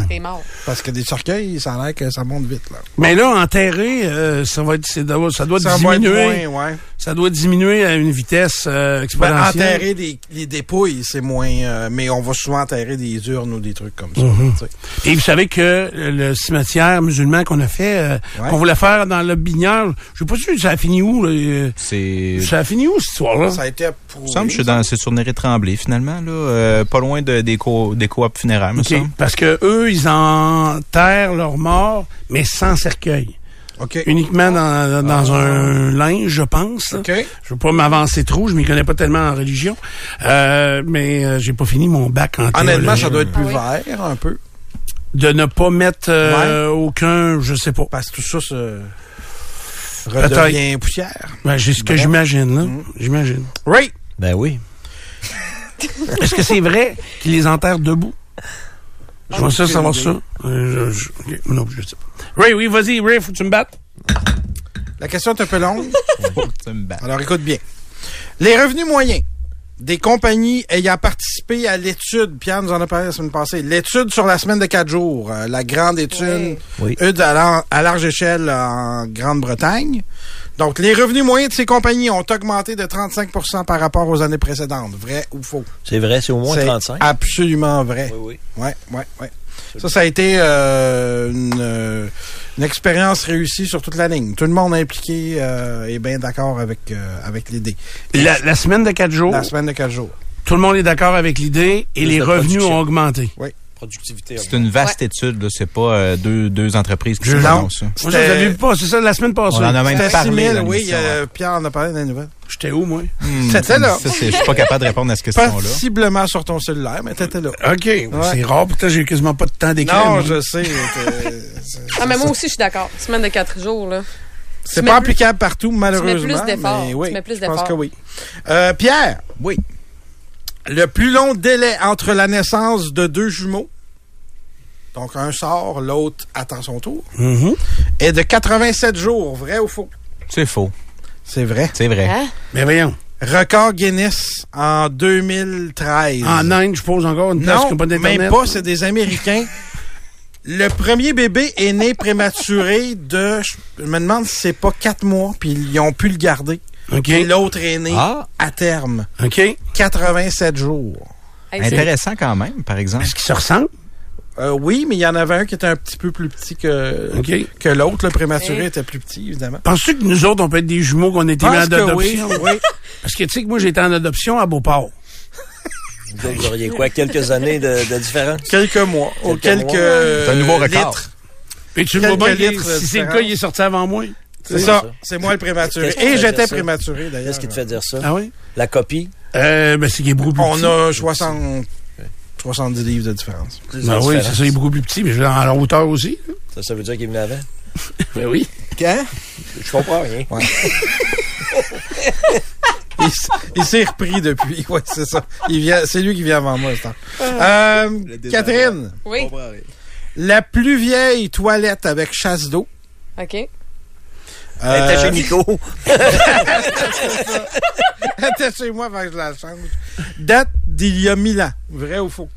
[SPEAKER 2] T'es mort.
[SPEAKER 5] Parce que des cercueils, ça a l'air que ça monte vite. Là.
[SPEAKER 3] Mais là, enterré, euh, ça, va être, c'est- ça doit
[SPEAKER 5] Ça va être
[SPEAKER 3] diminuer.
[SPEAKER 5] moins, ouais.
[SPEAKER 3] Ça doit diminuer à une vitesse euh,
[SPEAKER 5] Ben,
[SPEAKER 3] exponentielle.
[SPEAKER 5] enterrer des, les dépouilles, c'est moins... euh, mais on va souvent enterrer des urnes ou des trucs comme ça.
[SPEAKER 4] Mhm.
[SPEAKER 5] tu sais.
[SPEAKER 3] Et vous savez que le cimetière musulman qu'on a fait, euh,
[SPEAKER 5] Ouais.
[SPEAKER 3] qu'on voulait faire dans le Bignard, je sais pas si ça a fini où, là, euh,
[SPEAKER 4] C'est.
[SPEAKER 3] ça a fini où cette histoire-là?
[SPEAKER 5] Ça a été
[SPEAKER 4] Il
[SPEAKER 5] pour
[SPEAKER 4] me semble que je suis dans, c'est sur Néré Tremblay, finalement, là, euh, pas loin de, des, co des coops funéraires, me
[SPEAKER 3] Ok.
[SPEAKER 4] semble.
[SPEAKER 3] Parce que eux, ils enterrent leurs morts, mais sans cercueil.
[SPEAKER 5] OK.
[SPEAKER 3] Uniquement dans, dans un linge, je pense.
[SPEAKER 5] Ah. OK.
[SPEAKER 3] Je veux pas m'avancer trop, je m'y connais pas tellement en religion, euh, mais euh, j'ai pas fini mon bac en
[SPEAKER 5] Honnêtement,
[SPEAKER 3] théologie.
[SPEAKER 5] ça doit être plus
[SPEAKER 2] Ah
[SPEAKER 5] vert un peu.
[SPEAKER 3] De ne pas mettre euh, aucun, je sais pas.
[SPEAKER 5] Parce que tout ça se redevient poussière.
[SPEAKER 3] Ben, c'est ce que
[SPEAKER 5] Bref. Mm.
[SPEAKER 3] j'imagine, là. J'imagine.
[SPEAKER 5] Oui.
[SPEAKER 6] Ben oui.
[SPEAKER 3] Est-ce que c'est vrai qu'ils les enterrent debout?
[SPEAKER 5] Ah,
[SPEAKER 3] Je vois ça, savoir ça. Euh, je- je- ok, Non, je sais pas. Ray, oui, vas-y, Ray, faut que tu me battes.
[SPEAKER 5] La question est un peu longue.
[SPEAKER 4] Ça me bat.
[SPEAKER 5] Alors écoute bien. Les revenus moyens des compagnies ayant participé à l'étude, Pierre nous en a parlé la semaine passée, l'étude sur la semaine de quatre jours, euh, la grande étude,
[SPEAKER 6] Oui.
[SPEAKER 5] étude à, lar- à large échelle en Grande-Bretagne. Donc, les revenus moyens de ces compagnies ont augmenté de 35 par rapport aux années précédentes. Vrai ou faux?
[SPEAKER 6] C'est vrai, c'est au moins
[SPEAKER 5] C'est
[SPEAKER 6] 35.
[SPEAKER 5] Absolument vrai.
[SPEAKER 6] Oui, oui.
[SPEAKER 5] Ouais, ouais, ouais. Ça, ça a été euh, une, euh, une expérience réussie sur toute la ligne. Tout le monde impliqué euh, est bien d'accord avec, euh, avec l'idée.
[SPEAKER 3] La, la semaine de quatre
[SPEAKER 4] Oh.
[SPEAKER 3] jours,
[SPEAKER 5] La semaine de quatre jours.
[SPEAKER 3] tout le monde est d'accord avec l'idée et
[SPEAKER 6] Plus
[SPEAKER 3] les
[SPEAKER 6] de
[SPEAKER 3] revenus
[SPEAKER 6] production.
[SPEAKER 3] ont augmenté.
[SPEAKER 6] Productivité.
[SPEAKER 4] C'est une vaste étude, là. C'est pas euh, deux, deux entreprises qui
[SPEAKER 3] Je-
[SPEAKER 4] se
[SPEAKER 5] Non.
[SPEAKER 4] prononcent. ça.
[SPEAKER 3] Moi, je
[SPEAKER 5] C'était-
[SPEAKER 3] l'avais vu pas, c'est ça, la semaine
[SPEAKER 4] On
[SPEAKER 3] passée.
[SPEAKER 4] en a même
[SPEAKER 5] C'était
[SPEAKER 4] parlé.
[SPEAKER 5] 6
[SPEAKER 4] dans
[SPEAKER 5] 000, oui.
[SPEAKER 4] l'émission,
[SPEAKER 5] euh, Pierre en a parlé dans les nouvelles.
[SPEAKER 3] J'étais où, moi?
[SPEAKER 4] hein. Hmm,
[SPEAKER 5] c'était là.
[SPEAKER 4] Ça, c'est- je suis pas capable de répondre à cette question-là.
[SPEAKER 5] Possiblement sur ton cellulaire, mais t'étais là.
[SPEAKER 3] OK. C'est rare, pourtant, j'ai quasiment pas de temps d'écrire.
[SPEAKER 5] Non,
[SPEAKER 3] moi.
[SPEAKER 5] je sais. t'es- c'est-
[SPEAKER 2] Ah, mais moi aussi, je suis d'accord. Semaine de quatre jours, là. tu
[SPEAKER 5] C'est pas
[SPEAKER 2] mets plus-
[SPEAKER 5] applicable partout, malheureusement.
[SPEAKER 2] plus d'efforts.
[SPEAKER 5] mais oui,
[SPEAKER 2] Tu mets plus
[SPEAKER 5] je pense
[SPEAKER 2] d'efforts.
[SPEAKER 5] que oui. Euh, Pierre,
[SPEAKER 4] Oui.
[SPEAKER 5] le plus long délai entre la naissance de deux jumeaux, donc un sort, l'autre attend son tour,
[SPEAKER 3] Mhm.
[SPEAKER 5] est de 87 jours, vrai ou faux?
[SPEAKER 4] C'est faux.
[SPEAKER 5] C'est vrai.
[SPEAKER 4] C'est vrai.
[SPEAKER 2] Hein?
[SPEAKER 3] Mais voyons.
[SPEAKER 5] Record Guinness en 2013.
[SPEAKER 3] En Inde, je pose encore une place qui
[SPEAKER 5] Non,
[SPEAKER 3] n'a pas d'Internet.
[SPEAKER 5] même pas, c'est des Américains. Le premier bébé est né prématuré de, je me demande si c'est pas quatre mois, puis ils ont pu le garder.
[SPEAKER 3] OK.
[SPEAKER 5] Et l'autre est né
[SPEAKER 4] Ah.
[SPEAKER 5] à terme,
[SPEAKER 3] OK. Est-ce
[SPEAKER 5] 87 jours.
[SPEAKER 2] Hey, c'est-
[SPEAKER 4] Intéressant quand même, par exemple.
[SPEAKER 3] qu'ils se ressemblent?
[SPEAKER 5] Euh, oui, mais il y en avait un qui était un petit peu plus petit que,
[SPEAKER 3] OK.
[SPEAKER 5] que l'autre. Le prématuré
[SPEAKER 2] Eh.
[SPEAKER 5] était plus petit, évidemment.
[SPEAKER 3] Penses-tu que nous autres, on peut être des jumeaux qu'on a été mis en
[SPEAKER 5] Parce que
[SPEAKER 3] adoption?
[SPEAKER 5] oui, oui.
[SPEAKER 3] Parce que tu sais que moi, j'ai été en adoption à Beauport.
[SPEAKER 6] Donc, vous auriez quoi, quelques années de, de différence?
[SPEAKER 5] Quelques mois. Ou
[SPEAKER 6] Quelques
[SPEAKER 5] quelques,
[SPEAKER 6] mois.
[SPEAKER 5] euh,
[SPEAKER 4] C'est un nouveau record.
[SPEAKER 5] litres.
[SPEAKER 3] Et tu
[SPEAKER 5] Quelques
[SPEAKER 3] vois bien,
[SPEAKER 5] litres de
[SPEAKER 3] si c'est le
[SPEAKER 5] différence.
[SPEAKER 3] cas, il est sorti avant moi.
[SPEAKER 5] C'est ça.
[SPEAKER 6] ça.
[SPEAKER 5] C'est moi le prématuré.
[SPEAKER 6] Qu'est-ce qui
[SPEAKER 5] Et
[SPEAKER 6] te fait
[SPEAKER 5] j'étais
[SPEAKER 6] ça?
[SPEAKER 5] prématuré, d'ailleurs.
[SPEAKER 6] Qu'est-ce qui te fait dire ça?
[SPEAKER 3] Ah oui?
[SPEAKER 6] La copie?
[SPEAKER 3] Euh, ben, c'est qu'il est beaucoup plus
[SPEAKER 5] On
[SPEAKER 3] petit.
[SPEAKER 5] a 60, 70 livres de différence.
[SPEAKER 6] Plus de
[SPEAKER 3] Ben oui,
[SPEAKER 6] différence.
[SPEAKER 3] c'est ça, il est beaucoup plus petit, mais je veux dire, en la hauteur aussi. là.
[SPEAKER 6] Ça, ça veut dire qu'il est venu avant?
[SPEAKER 3] Ben oui.
[SPEAKER 5] Quand?
[SPEAKER 6] Je comprends rien.
[SPEAKER 5] Il, s- il s'est repris depuis. Ouais, c'est ça. Il vient, c'est lui qui vient avant moi, ce temps. Euh, Catherine,
[SPEAKER 2] Oui.
[SPEAKER 5] la plus vieille toilette avec chasse d'eau.
[SPEAKER 2] OK. Euh,
[SPEAKER 6] Elle était
[SPEAKER 5] euh,
[SPEAKER 6] chez Nico.
[SPEAKER 5] était chez moi avant que je la change. Date d'il y a mille ans. Vrai ou faux?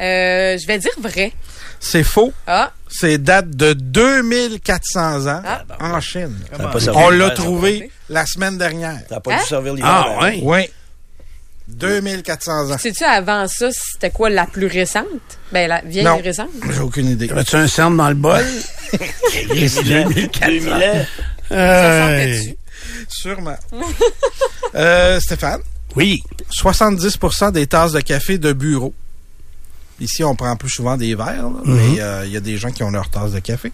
[SPEAKER 2] Euh, je vais dire vrai.
[SPEAKER 5] C'est faux.
[SPEAKER 2] Ah,
[SPEAKER 5] C'est date de 2400 ans
[SPEAKER 2] Ah.
[SPEAKER 5] en Chine.
[SPEAKER 6] T'as pas servi
[SPEAKER 5] On
[SPEAKER 6] l'hiver,
[SPEAKER 5] l'a
[SPEAKER 6] ça.
[SPEAKER 5] trouvé la semaine dernière.
[SPEAKER 6] T'as pas dû
[SPEAKER 2] Hein?
[SPEAKER 6] servir l'hiver.
[SPEAKER 3] Ah,
[SPEAKER 6] avant.
[SPEAKER 3] ouais.
[SPEAKER 5] Oui. 2400 ans.
[SPEAKER 2] sais-tu avant ça, c'était quoi la plus récente? Ben, la vieille
[SPEAKER 5] Non.
[SPEAKER 2] récente.
[SPEAKER 5] J'ai aucune idée.
[SPEAKER 3] Avais-tu un cerne dans le bol? Yes,
[SPEAKER 6] 2000 ans.
[SPEAKER 2] Ça
[SPEAKER 3] Euh,
[SPEAKER 2] sentait-tu?
[SPEAKER 5] Sûrement. Euh, Stéphane?
[SPEAKER 3] Oui.
[SPEAKER 5] 70 des tasses de café de bureau. Ici, on prend plus souvent des verres, là,
[SPEAKER 3] Mhm.
[SPEAKER 5] mais euh, il y a des gens qui ont leur tasse de café.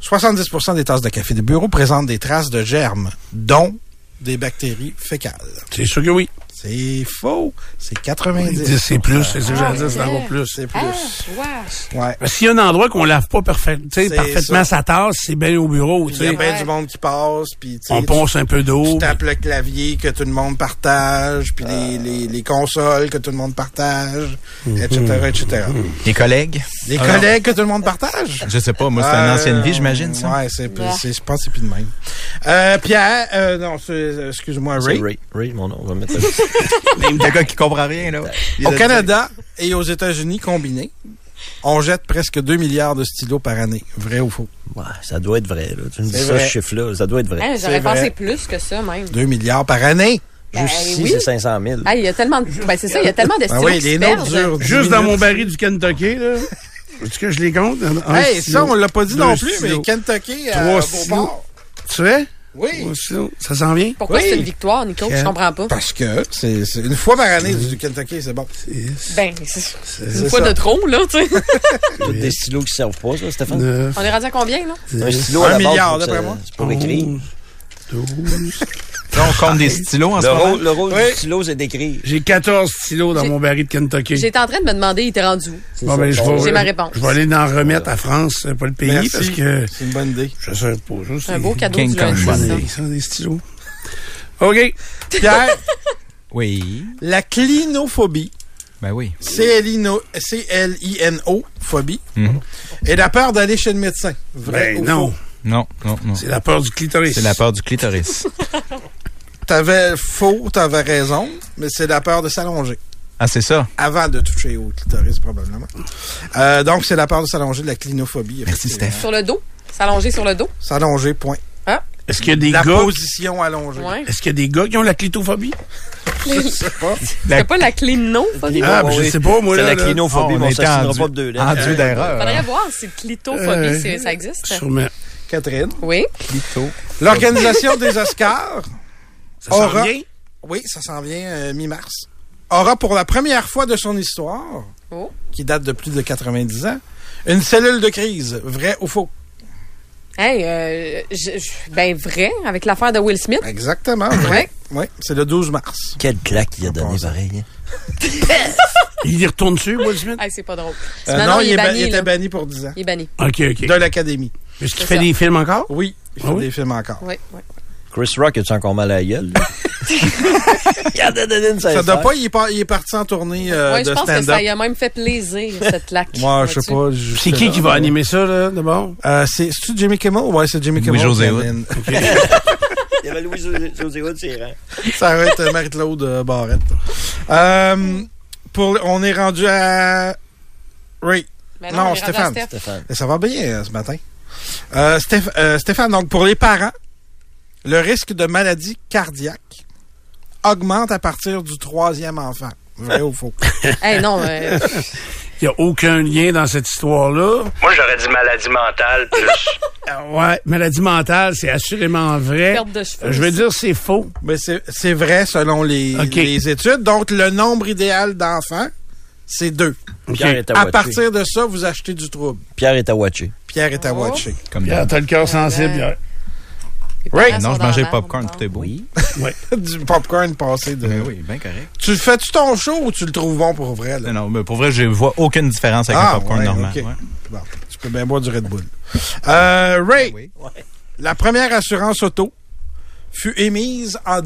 [SPEAKER 5] 70 des tasses de café de bureau présentent des traces de germes, dont des bactéries fécales.
[SPEAKER 3] C'est sûr que oui.
[SPEAKER 5] C'est faux. C'est 90.
[SPEAKER 3] C'est plus, c'est ce que j'allais dire, c'est
[SPEAKER 2] Ah,
[SPEAKER 3] encore
[SPEAKER 2] ouais.
[SPEAKER 3] plus.
[SPEAKER 5] C'est plus.
[SPEAKER 2] Ah, wesh.
[SPEAKER 5] Ouais.
[SPEAKER 3] Ben, S'il y a un endroit qu'on lave pas parfait- tu sais,
[SPEAKER 5] C'est
[SPEAKER 3] parfaitement
[SPEAKER 5] ça.
[SPEAKER 3] sa tasse, c'est bien au bureau. tu
[SPEAKER 5] Il y a
[SPEAKER 3] sais.
[SPEAKER 5] bien
[SPEAKER 2] Ouais.
[SPEAKER 5] du monde qui passe, puis tu sais,
[SPEAKER 3] On
[SPEAKER 5] tu-
[SPEAKER 3] ponce un peu d'eau.
[SPEAKER 5] Tu tapes le clavier que tout le monde partage, puis les,
[SPEAKER 3] Ah.
[SPEAKER 5] les, les consoles que tout le monde partage,
[SPEAKER 3] Mhm.
[SPEAKER 5] etc., etc.
[SPEAKER 4] Les collègues?
[SPEAKER 5] Les
[SPEAKER 4] Alors-
[SPEAKER 5] collègues que tout le monde partage.
[SPEAKER 4] Je sais pas, moi, c'est une
[SPEAKER 5] Euh,
[SPEAKER 4] ancienne vie, j'imagine, ça?
[SPEAKER 5] Ouais, c'est,
[SPEAKER 2] Ouais.
[SPEAKER 5] c'est, je pense que c'est plus de même. Euh, Pierre, euh, non, c'est- euh, excuse-moi,
[SPEAKER 6] C'est
[SPEAKER 5] Ray.
[SPEAKER 6] Ray. Ray, mon nom. On va mettre
[SPEAKER 4] Même le gars qui comprend rien, là.
[SPEAKER 5] Au Canada et aux États-Unis combinés, on jette presque 2 milliards de stylos par année. Vrai ou faux?
[SPEAKER 6] Ouais, ça doit être vrai. Là. Tu me dis
[SPEAKER 5] C'est
[SPEAKER 6] ça,
[SPEAKER 5] vrai.
[SPEAKER 6] ce chiffre-là. Ça doit être vrai.
[SPEAKER 2] Hein, J'aurais
[SPEAKER 5] C'est vrai.
[SPEAKER 2] pensé plus que ça, même.
[SPEAKER 5] 2 milliards par année.
[SPEAKER 2] Ben
[SPEAKER 6] Juste ici,
[SPEAKER 2] oui.
[SPEAKER 6] c'est 500 000.
[SPEAKER 2] Ah, il y a tellement de... Ben, c'est ça, il y a tellement de
[SPEAKER 5] Ah
[SPEAKER 2] stylos
[SPEAKER 5] oui,
[SPEAKER 2] qui
[SPEAKER 5] les
[SPEAKER 2] se
[SPEAKER 5] noms
[SPEAKER 2] perdent.
[SPEAKER 5] durent. dix
[SPEAKER 3] Juste dans
[SPEAKER 5] minutes.
[SPEAKER 3] mon baril du Kentucky, là. Est-ce que je les compte? Un
[SPEAKER 5] Hey, ça,
[SPEAKER 3] stylo,
[SPEAKER 5] on l'a pas dit
[SPEAKER 3] deux
[SPEAKER 5] non plus, mais
[SPEAKER 3] stylos.
[SPEAKER 5] Kentucky, à
[SPEAKER 3] Trois
[SPEAKER 5] Beauport.
[SPEAKER 3] Tu sais?
[SPEAKER 5] Oui.
[SPEAKER 3] Un stylo. Ça s'en vient?
[SPEAKER 2] Pourquoi
[SPEAKER 5] Oui.
[SPEAKER 2] c'est une victoire, Nico? Je comprends pas.
[SPEAKER 5] Parce que c'est c'est une fois par année du Kentucky, c'est bon.
[SPEAKER 2] Ben, c'est
[SPEAKER 5] C'est
[SPEAKER 2] une fois
[SPEAKER 5] ça.
[SPEAKER 2] de trop, là, tu sais.
[SPEAKER 6] Tous des stylos qui servent pas, ça, Stéphane.
[SPEAKER 3] Neuf,
[SPEAKER 2] On est rendu à combien, là?
[SPEAKER 6] Un stylo
[SPEAKER 5] Un
[SPEAKER 6] à la base,
[SPEAKER 5] milliard,
[SPEAKER 6] faut que
[SPEAKER 5] d'après
[SPEAKER 6] ça-
[SPEAKER 5] moi.
[SPEAKER 6] C'est pour écrire.
[SPEAKER 3] onze, douze.
[SPEAKER 4] Là, on compte des stylos en ce
[SPEAKER 6] Le
[SPEAKER 4] moment.
[SPEAKER 6] rôle, le rôle
[SPEAKER 5] Oui.
[SPEAKER 6] du stylo, c'est d'écrire.
[SPEAKER 3] J'ai 14 stylos dans
[SPEAKER 2] J'ai-
[SPEAKER 3] mon baril de Kentucky.
[SPEAKER 2] J'étais en train de me demander, il était rendu où?
[SPEAKER 3] Bon, ben, je vais-
[SPEAKER 2] J'ai ma réponse.
[SPEAKER 3] Je vais aller en remettre à France, euh, pas le pays,
[SPEAKER 5] Merci.
[SPEAKER 3] parce que
[SPEAKER 5] C'est une bonne idée.
[SPEAKER 3] je sais pas. ça,
[SPEAKER 2] C'est un beau cadeau du
[SPEAKER 4] King Kong
[SPEAKER 2] lundi,
[SPEAKER 4] Bunny.
[SPEAKER 2] ça.
[SPEAKER 3] Des, ça, des stylos. OK.
[SPEAKER 5] Pierre,
[SPEAKER 4] Oui.
[SPEAKER 5] la clinophobie,
[SPEAKER 4] Ben oui.
[SPEAKER 5] C-L-I-N-O, C-L-I-N-O, phobie,
[SPEAKER 4] Mhm.
[SPEAKER 5] et la peur d'aller chez le médecin. Vrai
[SPEAKER 3] Ben
[SPEAKER 5] ou
[SPEAKER 3] non,
[SPEAKER 5] faux?
[SPEAKER 4] Non, non, non.
[SPEAKER 3] c'est la peur du clitoris.
[SPEAKER 4] C'est la peur du clitoris.
[SPEAKER 5] T'avais faux, t'avais raison, mais c'est la peur de s'allonger.
[SPEAKER 4] Ah, c'est ça.
[SPEAKER 5] Avant de toucher au clitoris, probablement. Euh, donc, c'est la peur de s'allonger, de la clinophobie.
[SPEAKER 4] Merci,
[SPEAKER 5] effectivement.
[SPEAKER 4] Steph.
[SPEAKER 2] Sur le dos? S'allonger sur le dos?
[SPEAKER 5] S'allonger, point.
[SPEAKER 3] Est-ce qu'il y a des
[SPEAKER 5] La
[SPEAKER 3] gars
[SPEAKER 5] position allongée.
[SPEAKER 2] Ouais.
[SPEAKER 3] Est-ce qu'il y a des gars qui ont la clitophobie
[SPEAKER 5] Je sais pas.
[SPEAKER 2] T'as pas la clé non? Faudrait
[SPEAKER 3] Ah, ben, je
[SPEAKER 6] oui.
[SPEAKER 3] sais pas moi
[SPEAKER 6] C'est
[SPEAKER 3] là.
[SPEAKER 6] la
[SPEAKER 3] là.
[SPEAKER 6] clinophobie,
[SPEAKER 4] Oh,
[SPEAKER 6] mais on
[SPEAKER 4] était
[SPEAKER 6] s'assinera
[SPEAKER 4] endu-
[SPEAKER 6] pas de deux lettres.
[SPEAKER 4] Endu d'erreur.
[SPEAKER 2] faudrait voir si le clitophobie,
[SPEAKER 3] Euh,
[SPEAKER 2] c'est- ça existe.
[SPEAKER 3] Sûrement.
[SPEAKER 5] Catherine.
[SPEAKER 2] Oui.
[SPEAKER 4] Clito.
[SPEAKER 5] L'organisation des Oscars
[SPEAKER 3] Ça s'en
[SPEAKER 5] Aura.
[SPEAKER 3] vient?
[SPEAKER 5] Oui, ça s'en vient euh, mi-mars. Aura pour la première fois de son histoire,
[SPEAKER 2] Oh.
[SPEAKER 5] qui date de plus de 90 ans, une cellule de crise, vrai ou faux?
[SPEAKER 2] Hey, euh, je- je- ben vrai, avec l'affaire de Will Smith.
[SPEAKER 5] Exactement.
[SPEAKER 2] Ouais.
[SPEAKER 5] Oui, c'est le 12 mars.
[SPEAKER 6] Quelle claque il a donné,
[SPEAKER 5] pense.
[SPEAKER 6] pareil. hein.
[SPEAKER 3] Il y retourne dessus, Will Smith?
[SPEAKER 2] Hey, c'est pas drôle.
[SPEAKER 5] Euh,
[SPEAKER 2] Sinon, il, est
[SPEAKER 5] ba-
[SPEAKER 2] banni,
[SPEAKER 5] il
[SPEAKER 2] là.
[SPEAKER 5] était banni pour 10 ans.
[SPEAKER 2] Il est banni.
[SPEAKER 3] OK, OK.
[SPEAKER 5] De l'Académie.
[SPEAKER 3] Est-ce qu'il
[SPEAKER 2] C'est
[SPEAKER 3] fait
[SPEAKER 2] ça.
[SPEAKER 3] des films encore?
[SPEAKER 5] Oui, il fait
[SPEAKER 3] Ah oui?
[SPEAKER 5] des films encore.
[SPEAKER 2] Oui, oui.
[SPEAKER 6] Chris Rock, as-tu encore mal à la gueule? là? il a donné une
[SPEAKER 5] Ça
[SPEAKER 6] sincère.
[SPEAKER 5] doit pas, il est, par- il est parti en tournée euh,
[SPEAKER 2] Ouais, je
[SPEAKER 5] de
[SPEAKER 2] pense que ça
[SPEAKER 5] stand-up.
[SPEAKER 2] lui a même fait plaisir, cette claque.
[SPEAKER 5] Moi, je sais
[SPEAKER 2] Vois-tu?
[SPEAKER 5] pas. je-
[SPEAKER 3] C'est
[SPEAKER 5] je-
[SPEAKER 3] qui qui va
[SPEAKER 5] euh,
[SPEAKER 3] animer ça, là, d'abord?
[SPEAKER 5] Euh, c'est c'est-tu Jimmy Kimmel? Ouais, c'est Jimmy Kimmel.
[SPEAKER 4] Louis-José
[SPEAKER 5] qui
[SPEAKER 4] Hood.
[SPEAKER 5] amène-
[SPEAKER 6] Il y avait Louis-José Hood, c'est vrai.
[SPEAKER 5] Ça va être euh, Marie-Claude euh, Barrette. Euh, pour, le- on est rendu à. Oui,
[SPEAKER 2] Mais
[SPEAKER 5] Non,
[SPEAKER 2] on est rendu à
[SPEAKER 5] Stéphane.
[SPEAKER 2] Steph.
[SPEAKER 6] Stéphane.
[SPEAKER 5] ça va bien euh, ce matin. Euh, Stéph- euh, Stéphane, donc pour les parents, le risque de maladie cardiaque augmente à partir du troisième enfant. Vrai ou faux?
[SPEAKER 2] Hey, non, euh,
[SPEAKER 3] Il n'y a aucun lien dans cette histoire-là.
[SPEAKER 7] Moi, j'aurais dit maladie mentale plus.
[SPEAKER 3] Ah, ouais, maladie mentale, c'est assurément vrai.
[SPEAKER 2] perte de cheveux.
[SPEAKER 3] Euh, Je vais dire c'est faux.
[SPEAKER 5] Mais c'est c'est vrai selon les,
[SPEAKER 3] OK.
[SPEAKER 5] les études. Donc, le nombre idéal d'enfants, c'est deux.
[SPEAKER 3] OK.
[SPEAKER 6] Pierre est à
[SPEAKER 5] À
[SPEAKER 6] watcher.
[SPEAKER 5] partir de ça, vous achetez du trouble.
[SPEAKER 6] Pierre est à watcher.
[SPEAKER 5] Pierre est à
[SPEAKER 2] Oh.
[SPEAKER 5] watcher.
[SPEAKER 4] Comme
[SPEAKER 3] Pierre,
[SPEAKER 4] d'hab.
[SPEAKER 3] t'as le cœur sensible. là.
[SPEAKER 2] Les parents
[SPEAKER 4] Oui.
[SPEAKER 2] sont
[SPEAKER 4] Non, je
[SPEAKER 2] dans
[SPEAKER 4] mangeais
[SPEAKER 2] la merde,
[SPEAKER 4] popcorn,
[SPEAKER 2] donc.
[SPEAKER 4] tout est beau. Euh, Oui.
[SPEAKER 5] du popcorn passé de.
[SPEAKER 4] Ben oui, bien correct.
[SPEAKER 5] Tu fais-tu ton show ou tu le trouves bon pour vrai? Là?
[SPEAKER 4] Non, non, mais pour vrai, je vois aucune différence avec
[SPEAKER 5] Ah,
[SPEAKER 4] un popcorn
[SPEAKER 5] ouais,
[SPEAKER 4] normal.
[SPEAKER 5] ok.
[SPEAKER 4] ouais.
[SPEAKER 5] Bon, tu peux bien boire du Red Bull. Euh, Ray,
[SPEAKER 6] Ah
[SPEAKER 4] Oui.
[SPEAKER 5] la première assurance auto fut émise en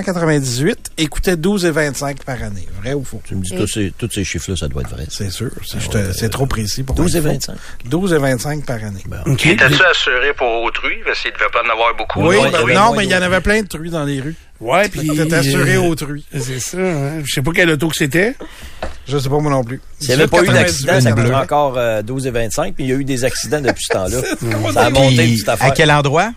[SPEAKER 5] 1898 et coûtait 12,25 par année. Vrai ou faux?
[SPEAKER 6] Tu me dis
[SPEAKER 2] Et-
[SPEAKER 6] tous ces, tous ces chiffres-là, ça doit être vrai.
[SPEAKER 5] C'est sûr. c'est- je te- C'est trop précis pour
[SPEAKER 6] 12 et Ben,
[SPEAKER 5] être faux.
[SPEAKER 6] 25.
[SPEAKER 5] 12,25 par année.
[SPEAKER 3] OK.
[SPEAKER 7] T'as-tu assuré pour autrui? Parce qu'il devait pas en avoir beaucoup.
[SPEAKER 5] oui,
[SPEAKER 6] moins
[SPEAKER 5] ben
[SPEAKER 6] d'autrui.
[SPEAKER 5] non,
[SPEAKER 6] Moins
[SPEAKER 5] mais il y en
[SPEAKER 6] d'autrui.
[SPEAKER 5] avait plein de truies dans les rues.
[SPEAKER 3] Ouais, puis.
[SPEAKER 5] T'es assuré
[SPEAKER 3] euh,
[SPEAKER 5] autrui.
[SPEAKER 3] C'est ça, hein. Je sais pas quel auto que c'était.
[SPEAKER 5] Je sais pas moi non plus.
[SPEAKER 6] S'il n'y avait pas eu
[SPEAKER 5] 1898,
[SPEAKER 6] d'accident, ça
[SPEAKER 5] il y en
[SPEAKER 6] coûterait
[SPEAKER 5] avait.
[SPEAKER 6] encore euh, 12 et 25, puis il y a eu des accidents depuis ce temps-là. ça a monté
[SPEAKER 4] Puis,
[SPEAKER 6] toute affaire.
[SPEAKER 4] à quel endroit?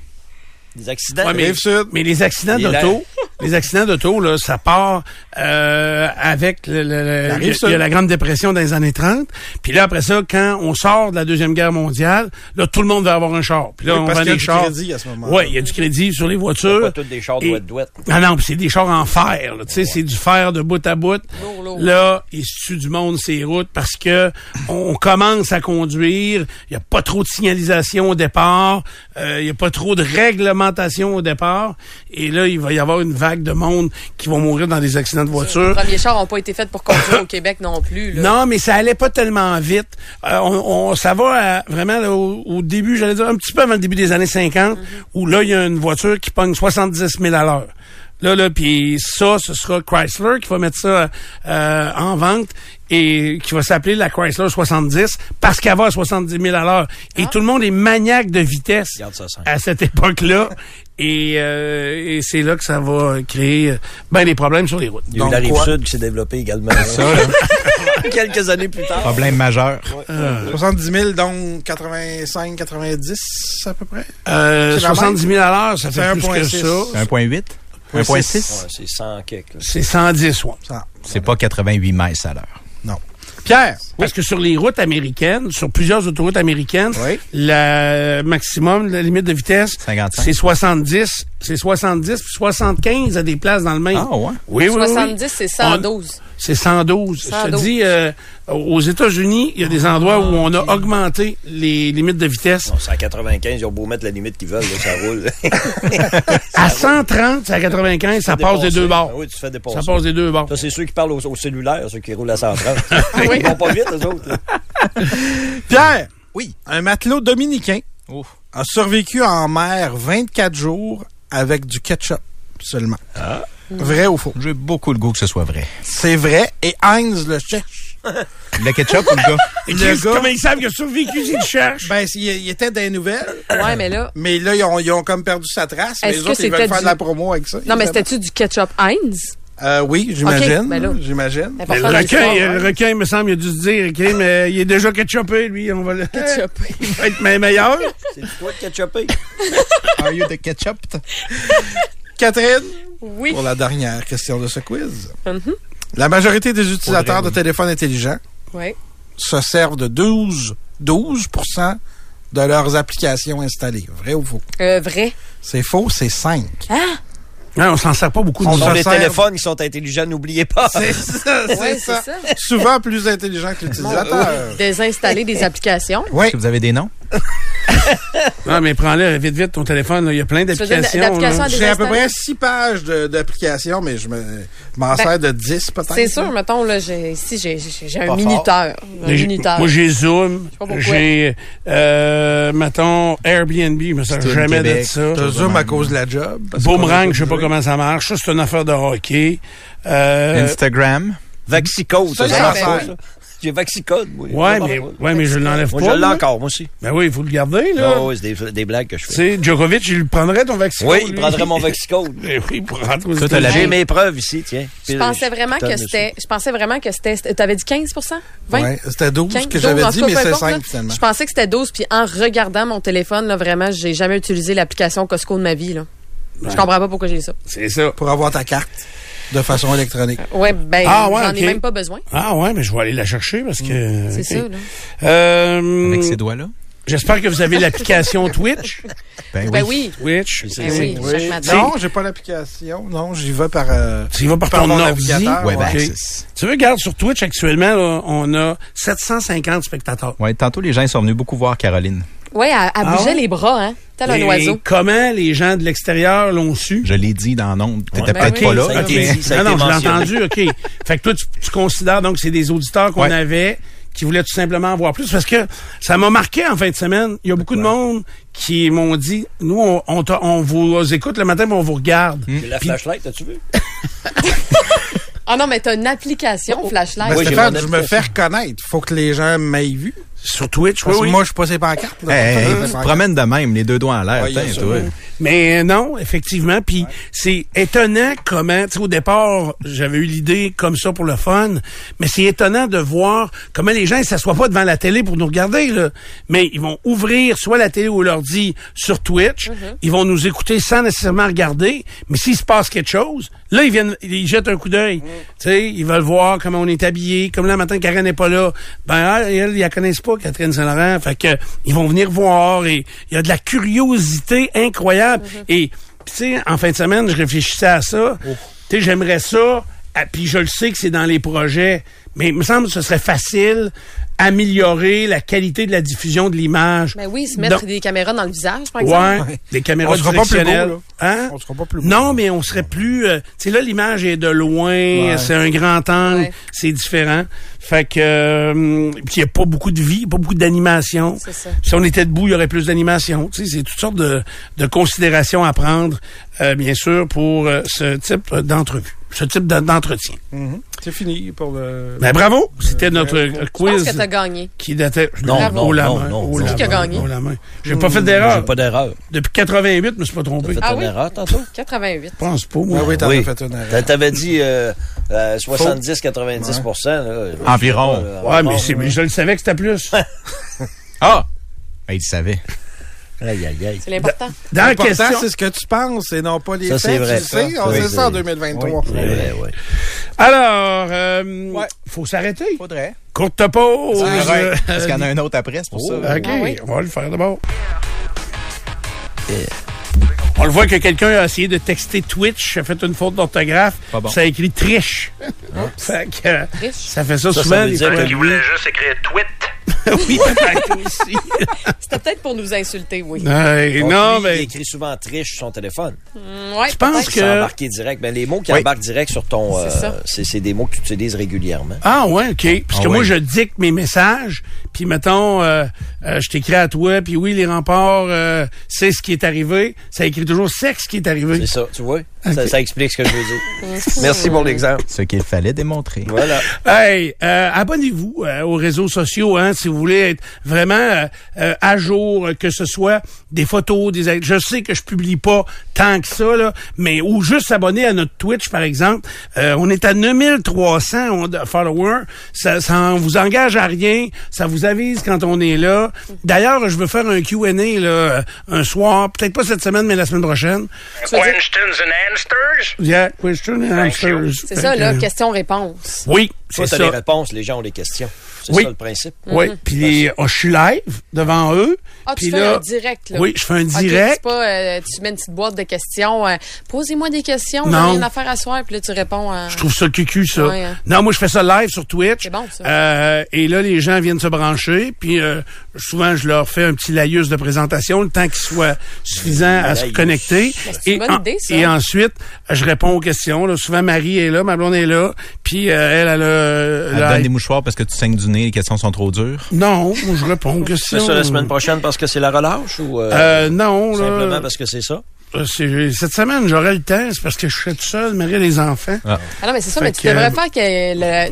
[SPEAKER 6] Des accidents.
[SPEAKER 3] Ouais, mais-
[SPEAKER 5] Rive-Sud.
[SPEAKER 3] Mais les accidents
[SPEAKER 6] Il est
[SPEAKER 3] d'auto, les accidents d'auto, là, ça part euh, avec le, le- le-
[SPEAKER 5] La
[SPEAKER 3] il y a-
[SPEAKER 5] Rive-Sud.
[SPEAKER 3] il y a la Grande Dépression dans les années 30. Puis là, après ça, quand on sort de la Deuxième Guerre mondiale, là, tout le monde va avoir un char. Puis là,
[SPEAKER 5] Oui,
[SPEAKER 3] on
[SPEAKER 5] parce
[SPEAKER 3] vend
[SPEAKER 5] qu'il y a
[SPEAKER 3] des
[SPEAKER 5] du
[SPEAKER 3] chars.
[SPEAKER 5] crédit à ce moment-là.
[SPEAKER 3] Oui, il y a du crédit sur les
[SPEAKER 6] C'est pas
[SPEAKER 3] voitures.
[SPEAKER 6] tous des chars
[SPEAKER 3] Et-
[SPEAKER 6] douettes-douettes.
[SPEAKER 3] Ah non, puis c'est des chars en fer. là. Tu sais, c'est du fer de bout à bout.
[SPEAKER 2] Lourd, lourd.
[SPEAKER 3] Là, il se tue du monde ces routes parce que on commence à conduire. Il n'y a pas trop de signalisation au départ. euh, Il n'y a pas trop de réglementation au départ. Et là, il va y avoir une vague de monde qui vont mourir dans des accidents de
[SPEAKER 2] Les
[SPEAKER 3] voiture.
[SPEAKER 2] premiers chars n'ont pas été faits pour conduire au Québec non plus. Là.
[SPEAKER 3] Non, mais ça allait pas tellement vite. Euh, on, on- ça va à- vraiment là, au, au début, j'allais dire un petit peu avant le début des années 50,
[SPEAKER 6] Mm-hmm.
[SPEAKER 3] où là, il y a une voiture qui pogne 70 000 à l'heure. Là, là, puis ça, ce sera Chrysler qui va mettre ça euh, en vente et qui va s'appeler la Chrysler 70 parce qu'elle va à 70 000 à l'heure. Et tout le monde est maniaque de vitesse
[SPEAKER 6] Ah. Garde ça simple.
[SPEAKER 3] à cette époque-là. et euh, et c'est là que ça va créer euh, ben des problèmes sur les routes.
[SPEAKER 6] Il y a eu
[SPEAKER 5] Donc
[SPEAKER 6] la rive
[SPEAKER 5] quoi?
[SPEAKER 6] sud qui s'est développée également.
[SPEAKER 4] Ça, là, Ah.
[SPEAKER 6] Quelques années plus tard.
[SPEAKER 4] problème majeur.
[SPEAKER 5] 70 000, donc 85, 90 à peu près.
[SPEAKER 3] Euh,
[SPEAKER 5] C'est la même?
[SPEAKER 3] 70 000 à l'heure, ça fait
[SPEAKER 5] C'est
[SPEAKER 3] plus que
[SPEAKER 5] 1,6.
[SPEAKER 3] ça.
[SPEAKER 4] 1.8?
[SPEAKER 5] Ouais,
[SPEAKER 4] 1.6?
[SPEAKER 6] Ouais, c'est 100 quelques. là.
[SPEAKER 3] C'est 110, ouais.
[SPEAKER 5] Ça,
[SPEAKER 4] C'est pas 88 miles à l'heure.
[SPEAKER 5] non. Pierre,
[SPEAKER 3] Parce que sur les routes américaines, sur plusieurs autoroutes américaines,
[SPEAKER 5] Oui.
[SPEAKER 3] la euh, maximum, la limite de vitesse,
[SPEAKER 4] 55.
[SPEAKER 3] c'est 70. C'est 70 puis 75 à des places dans le même.
[SPEAKER 4] Ah, ouais?
[SPEAKER 3] Oui, oui, oui.
[SPEAKER 2] 70, c'est 112.
[SPEAKER 3] C'est 112. Je te
[SPEAKER 2] 112.
[SPEAKER 3] dis, euh, aux États-Unis, il y a des endroits où on a augmenté les limites de vitesse.
[SPEAKER 6] Non, c'est à 95, ils ont beau mettre la limite qu'ils veulent, là, ça roule.
[SPEAKER 3] À 130, c'est à 95, ça passe des
[SPEAKER 6] Dépasser.
[SPEAKER 3] deux bords.
[SPEAKER 6] Ah Oui, tu te fais dépasser.
[SPEAKER 3] Ça passe des deux bords.
[SPEAKER 6] Ça, c'est ceux qui parlent au, au cellulaire, ceux qui roulent à 130. Ils vont pas vite, eux autres. là.
[SPEAKER 5] Pierre,
[SPEAKER 4] Oui.
[SPEAKER 5] un matelot dominicain
[SPEAKER 4] Ouf.
[SPEAKER 5] a survécu en mer 24 jours avec du ketchup seulement.
[SPEAKER 4] Ah.
[SPEAKER 5] Vrai ou faux?
[SPEAKER 4] J'ai beaucoup le goût que ce soit vrai.
[SPEAKER 5] C'est vrai, et Heinz le cherche.
[SPEAKER 4] Le ketchup ou le gars?
[SPEAKER 3] Et
[SPEAKER 5] Le
[SPEAKER 3] Chris,
[SPEAKER 5] gars-
[SPEAKER 3] comment ils savent qu'il a survécu s'ils le cherchent?
[SPEAKER 5] Ben, il, il était dans les nouvelles,
[SPEAKER 2] Ouais, mais là.
[SPEAKER 5] mais là, ils ont, ils ont comme perdu sa trace. Mais
[SPEAKER 2] Est-ce
[SPEAKER 5] les
[SPEAKER 2] que
[SPEAKER 5] autres, ils
[SPEAKER 2] c'était
[SPEAKER 5] veulent faire
[SPEAKER 2] du-
[SPEAKER 5] de la promo avec ça.
[SPEAKER 2] Non, mais
[SPEAKER 5] évidemment.
[SPEAKER 2] c'était-tu du ketchup Heinz?
[SPEAKER 5] Euh, oui, j'imagine.
[SPEAKER 2] Ok, ben là.
[SPEAKER 5] J'imagine.
[SPEAKER 3] Mais le
[SPEAKER 2] Important dans
[SPEAKER 3] requin,
[SPEAKER 2] l'histoire,
[SPEAKER 3] le
[SPEAKER 2] hein.
[SPEAKER 3] requin, il me semble, il a dû se dire, OK, mais il est déjà ketchupé, lui, on va le...
[SPEAKER 2] Ketchupé.
[SPEAKER 3] il va être même meilleur.
[SPEAKER 6] C'est toi qui as chopé.
[SPEAKER 4] Are you the ketchup?
[SPEAKER 5] Catherine,
[SPEAKER 2] Oui.
[SPEAKER 5] pour la dernière question de ce quiz.
[SPEAKER 2] Mm-hmm.
[SPEAKER 5] La majorité des utilisateurs de téléphones intelligents
[SPEAKER 2] Ouais.
[SPEAKER 5] se servent de 12, 12 de leurs applications installées. Vrai ou faux?
[SPEAKER 2] Euh, vrai.
[SPEAKER 5] C'est faux, c'est 5.
[SPEAKER 2] Ah!
[SPEAKER 3] Non, on s'en sert pas beaucoup.
[SPEAKER 5] On
[SPEAKER 3] nous
[SPEAKER 6] Ils
[SPEAKER 5] s'en
[SPEAKER 6] ont
[SPEAKER 3] autres.
[SPEAKER 6] des
[SPEAKER 5] sert.
[SPEAKER 6] téléphones qui sont intelligents, n'oubliez pas.
[SPEAKER 5] C'est ça, c'est
[SPEAKER 2] Ouais,
[SPEAKER 5] ça.
[SPEAKER 2] c'est ça.
[SPEAKER 5] Souvent plus intelligent que l'utilisateur.
[SPEAKER 2] Désinstaller des applications.
[SPEAKER 5] Oui.
[SPEAKER 4] Vous avez des noms?
[SPEAKER 3] Non, Ah, mais prends-le vite, vite, ton téléphone. là, Il y a plein
[SPEAKER 2] veux dire,
[SPEAKER 3] d'applications.
[SPEAKER 2] d'applications
[SPEAKER 3] là.
[SPEAKER 2] à des-
[SPEAKER 5] J'ai à peu près 6 pages de- d'applications, mais je me-
[SPEAKER 2] Ben,
[SPEAKER 5] m'en sers de 10 peut-être.
[SPEAKER 2] C'est sûr,
[SPEAKER 5] là.
[SPEAKER 2] mettons, là, j'ai, ici, j'ai, j'ai j'ai
[SPEAKER 6] Pas
[SPEAKER 2] un minuteur. Un
[SPEAKER 3] J'ai-
[SPEAKER 2] minuteur.
[SPEAKER 3] Moi, j'ai Zoom,
[SPEAKER 2] pas pourquoi.
[SPEAKER 3] j'ai, euh, mettons, Airbnb, je me sers
[SPEAKER 4] Stone
[SPEAKER 3] jamais de
[SPEAKER 4] Québec.
[SPEAKER 3] ça.
[SPEAKER 5] Je zoome à cause de la job. parce qu'on
[SPEAKER 3] Boomerang,
[SPEAKER 5] est
[SPEAKER 3] je sais pas
[SPEAKER 5] obligé.
[SPEAKER 3] comment ça marche. Ça, c'est une affaire de hockey. Euh,
[SPEAKER 4] Instagram.
[SPEAKER 6] Vaxicode,
[SPEAKER 5] Ça,
[SPEAKER 6] ça,
[SPEAKER 5] ben
[SPEAKER 6] ça,
[SPEAKER 2] ça
[SPEAKER 6] marche
[SPEAKER 5] fait.
[SPEAKER 6] pas, ça. J'ai Vaxicode, moi.
[SPEAKER 3] ouais,
[SPEAKER 6] Moi,
[SPEAKER 3] mais,
[SPEAKER 6] moi,
[SPEAKER 3] ouais, mais je l'enlève
[SPEAKER 6] Moi,
[SPEAKER 3] pas.
[SPEAKER 6] je l'ai
[SPEAKER 3] là.
[SPEAKER 6] encore, moi aussi.
[SPEAKER 3] Ben oui, il faut le garder, là.
[SPEAKER 6] Ah oui, c'est des, des blagues que je
[SPEAKER 3] Tu
[SPEAKER 6] fais.
[SPEAKER 3] sais, Djokovic, il prendrait ton vaccin.
[SPEAKER 6] Oui, il prendrait mon Vaxicode.
[SPEAKER 3] Ben oui, il prendrait ton
[SPEAKER 4] Toi, t'as la-
[SPEAKER 6] J'ai mes preuves ici, tiens.
[SPEAKER 2] je pensais vraiment que c'était, je pensais vraiment que c'était, t'avais dit 15 20?
[SPEAKER 5] Ouais, c'était 12
[SPEAKER 2] 15,
[SPEAKER 5] que
[SPEAKER 2] 12,
[SPEAKER 5] j'avais
[SPEAKER 2] en
[SPEAKER 5] dit,
[SPEAKER 2] tout cas,
[SPEAKER 5] mais
[SPEAKER 2] peu
[SPEAKER 5] c'est
[SPEAKER 2] importe,
[SPEAKER 5] 5
[SPEAKER 2] là.
[SPEAKER 5] finalement.
[SPEAKER 2] Je pensais que c'était 12, puis en regardant mon téléphone, là, vraiment, j'ai jamais utilisé l'application Costco de ma vie, là. Je comprends pas pourquoi j'ai ça.
[SPEAKER 3] C'est ça.
[SPEAKER 5] Pour avoir ta carte de façon électronique.
[SPEAKER 2] Ouais, ben,
[SPEAKER 3] Ah, ouais,
[SPEAKER 2] j'en
[SPEAKER 3] ok.
[SPEAKER 2] ai même pas besoin.
[SPEAKER 3] Ah ouais, mais je vais aller la chercher parce que.
[SPEAKER 2] C'est
[SPEAKER 3] ok.
[SPEAKER 2] ça, là.
[SPEAKER 3] Euh,
[SPEAKER 4] Avec ces doigts-là?
[SPEAKER 3] J'espère que vous avez l'application Twitch.
[SPEAKER 2] Ben oui.
[SPEAKER 4] Eh
[SPEAKER 3] Twitch.
[SPEAKER 2] Ben oui, chaque matin.
[SPEAKER 5] Non, j'ai pas l'application. Non, j'y vais par. euh,
[SPEAKER 3] Tu y vas par
[SPEAKER 5] Par
[SPEAKER 3] ton
[SPEAKER 5] mon
[SPEAKER 3] ordi. ben,
[SPEAKER 5] navigateur,
[SPEAKER 4] Web
[SPEAKER 5] ouais.
[SPEAKER 4] Access.
[SPEAKER 3] Tu veux, regarde, sur Twitch, actuellement, là, on a 750 spectateurs.
[SPEAKER 4] Ouais, tantôt, les gens sont venus beaucoup voir Caroline.
[SPEAKER 2] Ouais, elle, elle
[SPEAKER 3] Ah
[SPEAKER 2] bougeait
[SPEAKER 3] ouais?
[SPEAKER 2] les bras, hein. Tel
[SPEAKER 3] Et
[SPEAKER 2] un oiseau.
[SPEAKER 3] comment les gens de l'extérieur l'ont su?
[SPEAKER 4] Je l'ai dit dans l'onde. T'étais
[SPEAKER 6] Ouais.
[SPEAKER 2] Ben
[SPEAKER 4] peut-être
[SPEAKER 2] oui,
[SPEAKER 4] pas
[SPEAKER 2] ça
[SPEAKER 4] là.
[SPEAKER 6] a
[SPEAKER 3] Ok.
[SPEAKER 6] été dit, ça a
[SPEAKER 3] non,
[SPEAKER 6] été
[SPEAKER 3] non, je l'ai
[SPEAKER 6] mentionné.
[SPEAKER 3] entendu, OK. fait que toi, tu, tu considères donc que c'est des auditeurs qu'on
[SPEAKER 4] Ouais.
[SPEAKER 3] avait qui voulaient tout simplement en voir plus parce que ça m'a marqué en fin de semaine. Il y a beaucoup de monde qui m'ont dit, nous, on, on, t'a- on vous écoute le matin, mais on vous regarde.
[SPEAKER 6] La
[SPEAKER 3] Puis-
[SPEAKER 6] flashlight, as-tu vu?
[SPEAKER 2] Ah non, mais t'as une application flashlight.
[SPEAKER 5] Ben,
[SPEAKER 6] Oui, j'ai
[SPEAKER 5] Stéphane,
[SPEAKER 6] mon
[SPEAKER 5] je me
[SPEAKER 6] application.
[SPEAKER 5] fais reconnaître. Faut que les gens m'aient vu.
[SPEAKER 3] Sur Twitch, oui,
[SPEAKER 5] Parce que
[SPEAKER 3] oui.
[SPEAKER 5] moi, je suis pas ces pancartes. là.
[SPEAKER 4] Hey, hey,
[SPEAKER 5] Faut
[SPEAKER 4] tu
[SPEAKER 5] que ces
[SPEAKER 4] te
[SPEAKER 5] pancartes.
[SPEAKER 4] promènes de même, les deux doigts en l'air.
[SPEAKER 5] Ouais, il y a
[SPEAKER 4] tiens,
[SPEAKER 5] ça,
[SPEAKER 4] toi.
[SPEAKER 5] ouais.
[SPEAKER 3] Mais non, effectivement. Puis c'est étonnant comment, tu sais, au départ, j'avais eu l'idée comme ça pour le fun, mais c'est étonnant de voir comment les gens ne s'assoient pas devant la télé pour nous regarder, là. Mais ils vont ouvrir soit la télé ou l'ordi sur Twitch, ils vont nous écouter sans nécessairement regarder, mais s'il se passe quelque chose, là, ils viennent, ils jettent un coup d'œil. Tu sais, ils veulent voir comment on est habillé, comme là, matin, Karen n'est pas là. Ben, elle, elle, ils la connaissent pas, Catherine Saint-Laurent. Fait que, euh, ils vont venir voir et il y a de la curiosité incroyable. Et, pis tu sais, en fin de semaine, je réfléchissais à ça. Tu sais, j'aimerais ça. ah, Puis je le sais que c'est dans les projets. Mais il me semble que ce serait facile améliorer la qualité de la diffusion de l'image.
[SPEAKER 2] Ben oui, se mettre
[SPEAKER 3] Donc,
[SPEAKER 2] des caméras dans le visage, par exemple.
[SPEAKER 3] Ouais, des caméras
[SPEAKER 5] On sera pas plus beau,
[SPEAKER 3] directionnelles.
[SPEAKER 5] là.
[SPEAKER 3] Hein?
[SPEAKER 5] On sera pas plus beau.
[SPEAKER 3] Non, mais on serait plus. euh, tu sais, là, l'image est de loin, c'est un grand angle,
[SPEAKER 2] Ouais.
[SPEAKER 3] c'est différent. Fait que. euh, puis il n'y a pas beaucoup de vie, pas beaucoup d'animation.
[SPEAKER 2] C'est ça.
[SPEAKER 3] Si on était debout, il y aurait plus d'animation. Tu sais, c'est toutes sortes de, de considérations à prendre, euh, bien sûr, pour euh, ce type d'entrevue, ce type d'en- d'entretien.
[SPEAKER 5] Mhm. C'est fini pour le.
[SPEAKER 3] Ben, bravo! C'était notre euh,
[SPEAKER 2] Je pense
[SPEAKER 3] quiz.
[SPEAKER 2] que t'as gagné.
[SPEAKER 3] qui datait. je-
[SPEAKER 6] Non,
[SPEAKER 3] oh
[SPEAKER 6] non,
[SPEAKER 3] la
[SPEAKER 6] non,
[SPEAKER 3] main,
[SPEAKER 6] non,
[SPEAKER 3] oh
[SPEAKER 6] non. Hum,
[SPEAKER 3] la
[SPEAKER 2] Qui a
[SPEAKER 3] main,
[SPEAKER 2] gagné?
[SPEAKER 3] oh la main. J'ai pas fait
[SPEAKER 6] Ah, J'ai
[SPEAKER 3] d'erreur.
[SPEAKER 6] pas d'erreur.
[SPEAKER 3] Depuis 88, je me suis pas trompé.
[SPEAKER 6] T'as
[SPEAKER 3] Je
[SPEAKER 6] fait
[SPEAKER 2] Ah
[SPEAKER 6] une
[SPEAKER 2] oui?
[SPEAKER 6] erreur tantôt?
[SPEAKER 2] 88.
[SPEAKER 3] pense pas, moi.
[SPEAKER 5] Ah oui, t'en
[SPEAKER 6] Oui.
[SPEAKER 5] as fait une erreur.
[SPEAKER 6] T'a- T'avais dit euh, euh, 70-90 là, je sais
[SPEAKER 4] Environ.
[SPEAKER 6] pas, là,
[SPEAKER 3] Ouais, mais,
[SPEAKER 5] Ah
[SPEAKER 6] environ,
[SPEAKER 3] c'est- mais
[SPEAKER 6] là.
[SPEAKER 3] je le savais que c'était plus.
[SPEAKER 4] Ah! Ben, il savait.
[SPEAKER 3] Oh,
[SPEAKER 6] Aïe, aïe, aïe.
[SPEAKER 2] C'est l'important.
[SPEAKER 3] Dans la
[SPEAKER 5] L'important,
[SPEAKER 3] question.
[SPEAKER 5] c'est ce que tu penses et non pas les
[SPEAKER 6] Ça,
[SPEAKER 5] faits.
[SPEAKER 6] c'est vrai.
[SPEAKER 5] Tu le sais, on
[SPEAKER 6] Oui,
[SPEAKER 5] sait ça en
[SPEAKER 6] c'est-
[SPEAKER 5] 2023.
[SPEAKER 6] Ouais, ouais, ouais.
[SPEAKER 3] Alors, euh, faut s'arrêter.
[SPEAKER 4] Faudrait.
[SPEAKER 3] Courte pause.
[SPEAKER 4] Arrête. Parce qu'il y en a un autre après, c'est pour
[SPEAKER 3] Euh, Oh,
[SPEAKER 4] ça.
[SPEAKER 3] OK,
[SPEAKER 2] Ah oui.
[SPEAKER 3] on va le faire d'abord. On le voit que quelqu'un a essayé de texter Twitch, a fait une faute d'orthographe,
[SPEAKER 4] Pas bon.
[SPEAKER 3] ça a écrit triche. Fait que, euh,
[SPEAKER 2] Riche.
[SPEAKER 3] ça fait ça,
[SPEAKER 6] Hein? Ça, ça
[SPEAKER 3] souvent.
[SPEAKER 6] veut
[SPEAKER 3] des
[SPEAKER 6] dire
[SPEAKER 3] fois.
[SPEAKER 7] Il voulait juste écrire tweet.
[SPEAKER 3] oui, peut-être aussi.
[SPEAKER 2] C'était peut-être pour nous insulter, oui.
[SPEAKER 3] Ouais,
[SPEAKER 6] Donc,
[SPEAKER 3] non,
[SPEAKER 6] lui, Il
[SPEAKER 3] mais
[SPEAKER 6] écrit souvent triche sur son téléphone.
[SPEAKER 2] Ouais,
[SPEAKER 3] je pense
[SPEAKER 2] peut-être.
[SPEAKER 6] C'est
[SPEAKER 3] que...
[SPEAKER 6] embarqué direct. Mais les mots qui
[SPEAKER 4] Oui.
[SPEAKER 6] embarquent direct sur ton... euh,
[SPEAKER 2] C'est ça.
[SPEAKER 6] c'est c'est des mots que tu utilises régulièrement.
[SPEAKER 3] Ah ouais, OK. Parce
[SPEAKER 4] hein? Ah
[SPEAKER 3] que moi,
[SPEAKER 4] ouais.
[SPEAKER 3] je dicte mes messages, puis mettons, euh, euh, je t'écris à toi, puis oui, les remparts, euh, c'est ce qui est arrivé. Ça écrit toujours c'est ce qui est arrivé.
[SPEAKER 6] C'est ça, tu vois? Ça, ça explique ce que je veux dire. Merci pour l'exemple.
[SPEAKER 4] Ce qu'il fallait démontrer.
[SPEAKER 6] Voilà.
[SPEAKER 3] Hey, euh, abonnez-vous euh, aux réseaux sociaux hein, si vous voulez être vraiment euh, euh, à jour, euh, que ce soit des photos, des. Je sais que je publie pas tant que ça là, mais ou juste s'abonner à notre Twitch par exemple. Euh, on est à 9300 on- de followers. Ça, ça en vous engage à rien. Ça vous avise quand on est là. D'ailleurs, je veux faire un Q&A là, euh, un soir, peut-être pas cette semaine, mais la semaine prochaine.
[SPEAKER 2] Tu veux dire-
[SPEAKER 7] Winston's and hamsters?
[SPEAKER 3] Yeah, question and
[SPEAKER 7] Thank you.
[SPEAKER 3] answers.
[SPEAKER 2] C'est ça, là,
[SPEAKER 3] Euh,
[SPEAKER 2] question-réponse.
[SPEAKER 3] Oui,
[SPEAKER 6] Toi,
[SPEAKER 3] c'est
[SPEAKER 6] t'as
[SPEAKER 3] ça.
[SPEAKER 6] les réponses, les gens ont les questions. C'est
[SPEAKER 3] Oui.
[SPEAKER 6] ça le principe.
[SPEAKER 3] Oui, puis les- oh, je suis live devant eux.
[SPEAKER 2] Mhm. Ah, tu
[SPEAKER 3] puis
[SPEAKER 2] fais
[SPEAKER 3] là-
[SPEAKER 2] un direct, là.
[SPEAKER 3] Oui, je fais un
[SPEAKER 2] Ok, c'est
[SPEAKER 3] direct.
[SPEAKER 2] pas, euh, tu mets une petite boîte de questions. euh, Posez-moi des questions, j'ai
[SPEAKER 3] Non.
[SPEAKER 2] rien à faire à soir, puis là, tu réponds euh. à...
[SPEAKER 3] Je trouve ça cucu, ça.
[SPEAKER 2] Ouais, hein.
[SPEAKER 3] Non, moi, je fais ça live sur Twitch.
[SPEAKER 2] C'est bon, ça.
[SPEAKER 3] Euh, et là, les gens viennent se brancher. Puis euh, souvent, je leur fais un petit laïus de présentation, le temps qu'il soit suffisant à se
[SPEAKER 6] Laïus.
[SPEAKER 3] connecter.
[SPEAKER 2] Ben, c'est une bonne idée, ça.
[SPEAKER 3] et ensuite, je réponds aux questions. Là. Souvent, Marie est là, ma blonde est là. Puis euh, elle, elle a le...
[SPEAKER 4] Elle donne des mouchoirs parce que tu saignes du nez, les questions sont trop dures.
[SPEAKER 3] Non, moi, je réponds aux questions.
[SPEAKER 6] C'est ça la semaine prochaine parce que c'est la relâche ou euh,
[SPEAKER 3] Euh, non, là,
[SPEAKER 6] simplement parce que c'est ça? Oh,
[SPEAKER 3] euh, c'est- cette semaine, j'aurai le temps, c'est parce que je suis tout seul, Marie a les enfants.
[SPEAKER 2] Ah non, mais c'est ça,
[SPEAKER 3] Fait
[SPEAKER 2] mais tu
[SPEAKER 3] que-
[SPEAKER 2] devrais faire que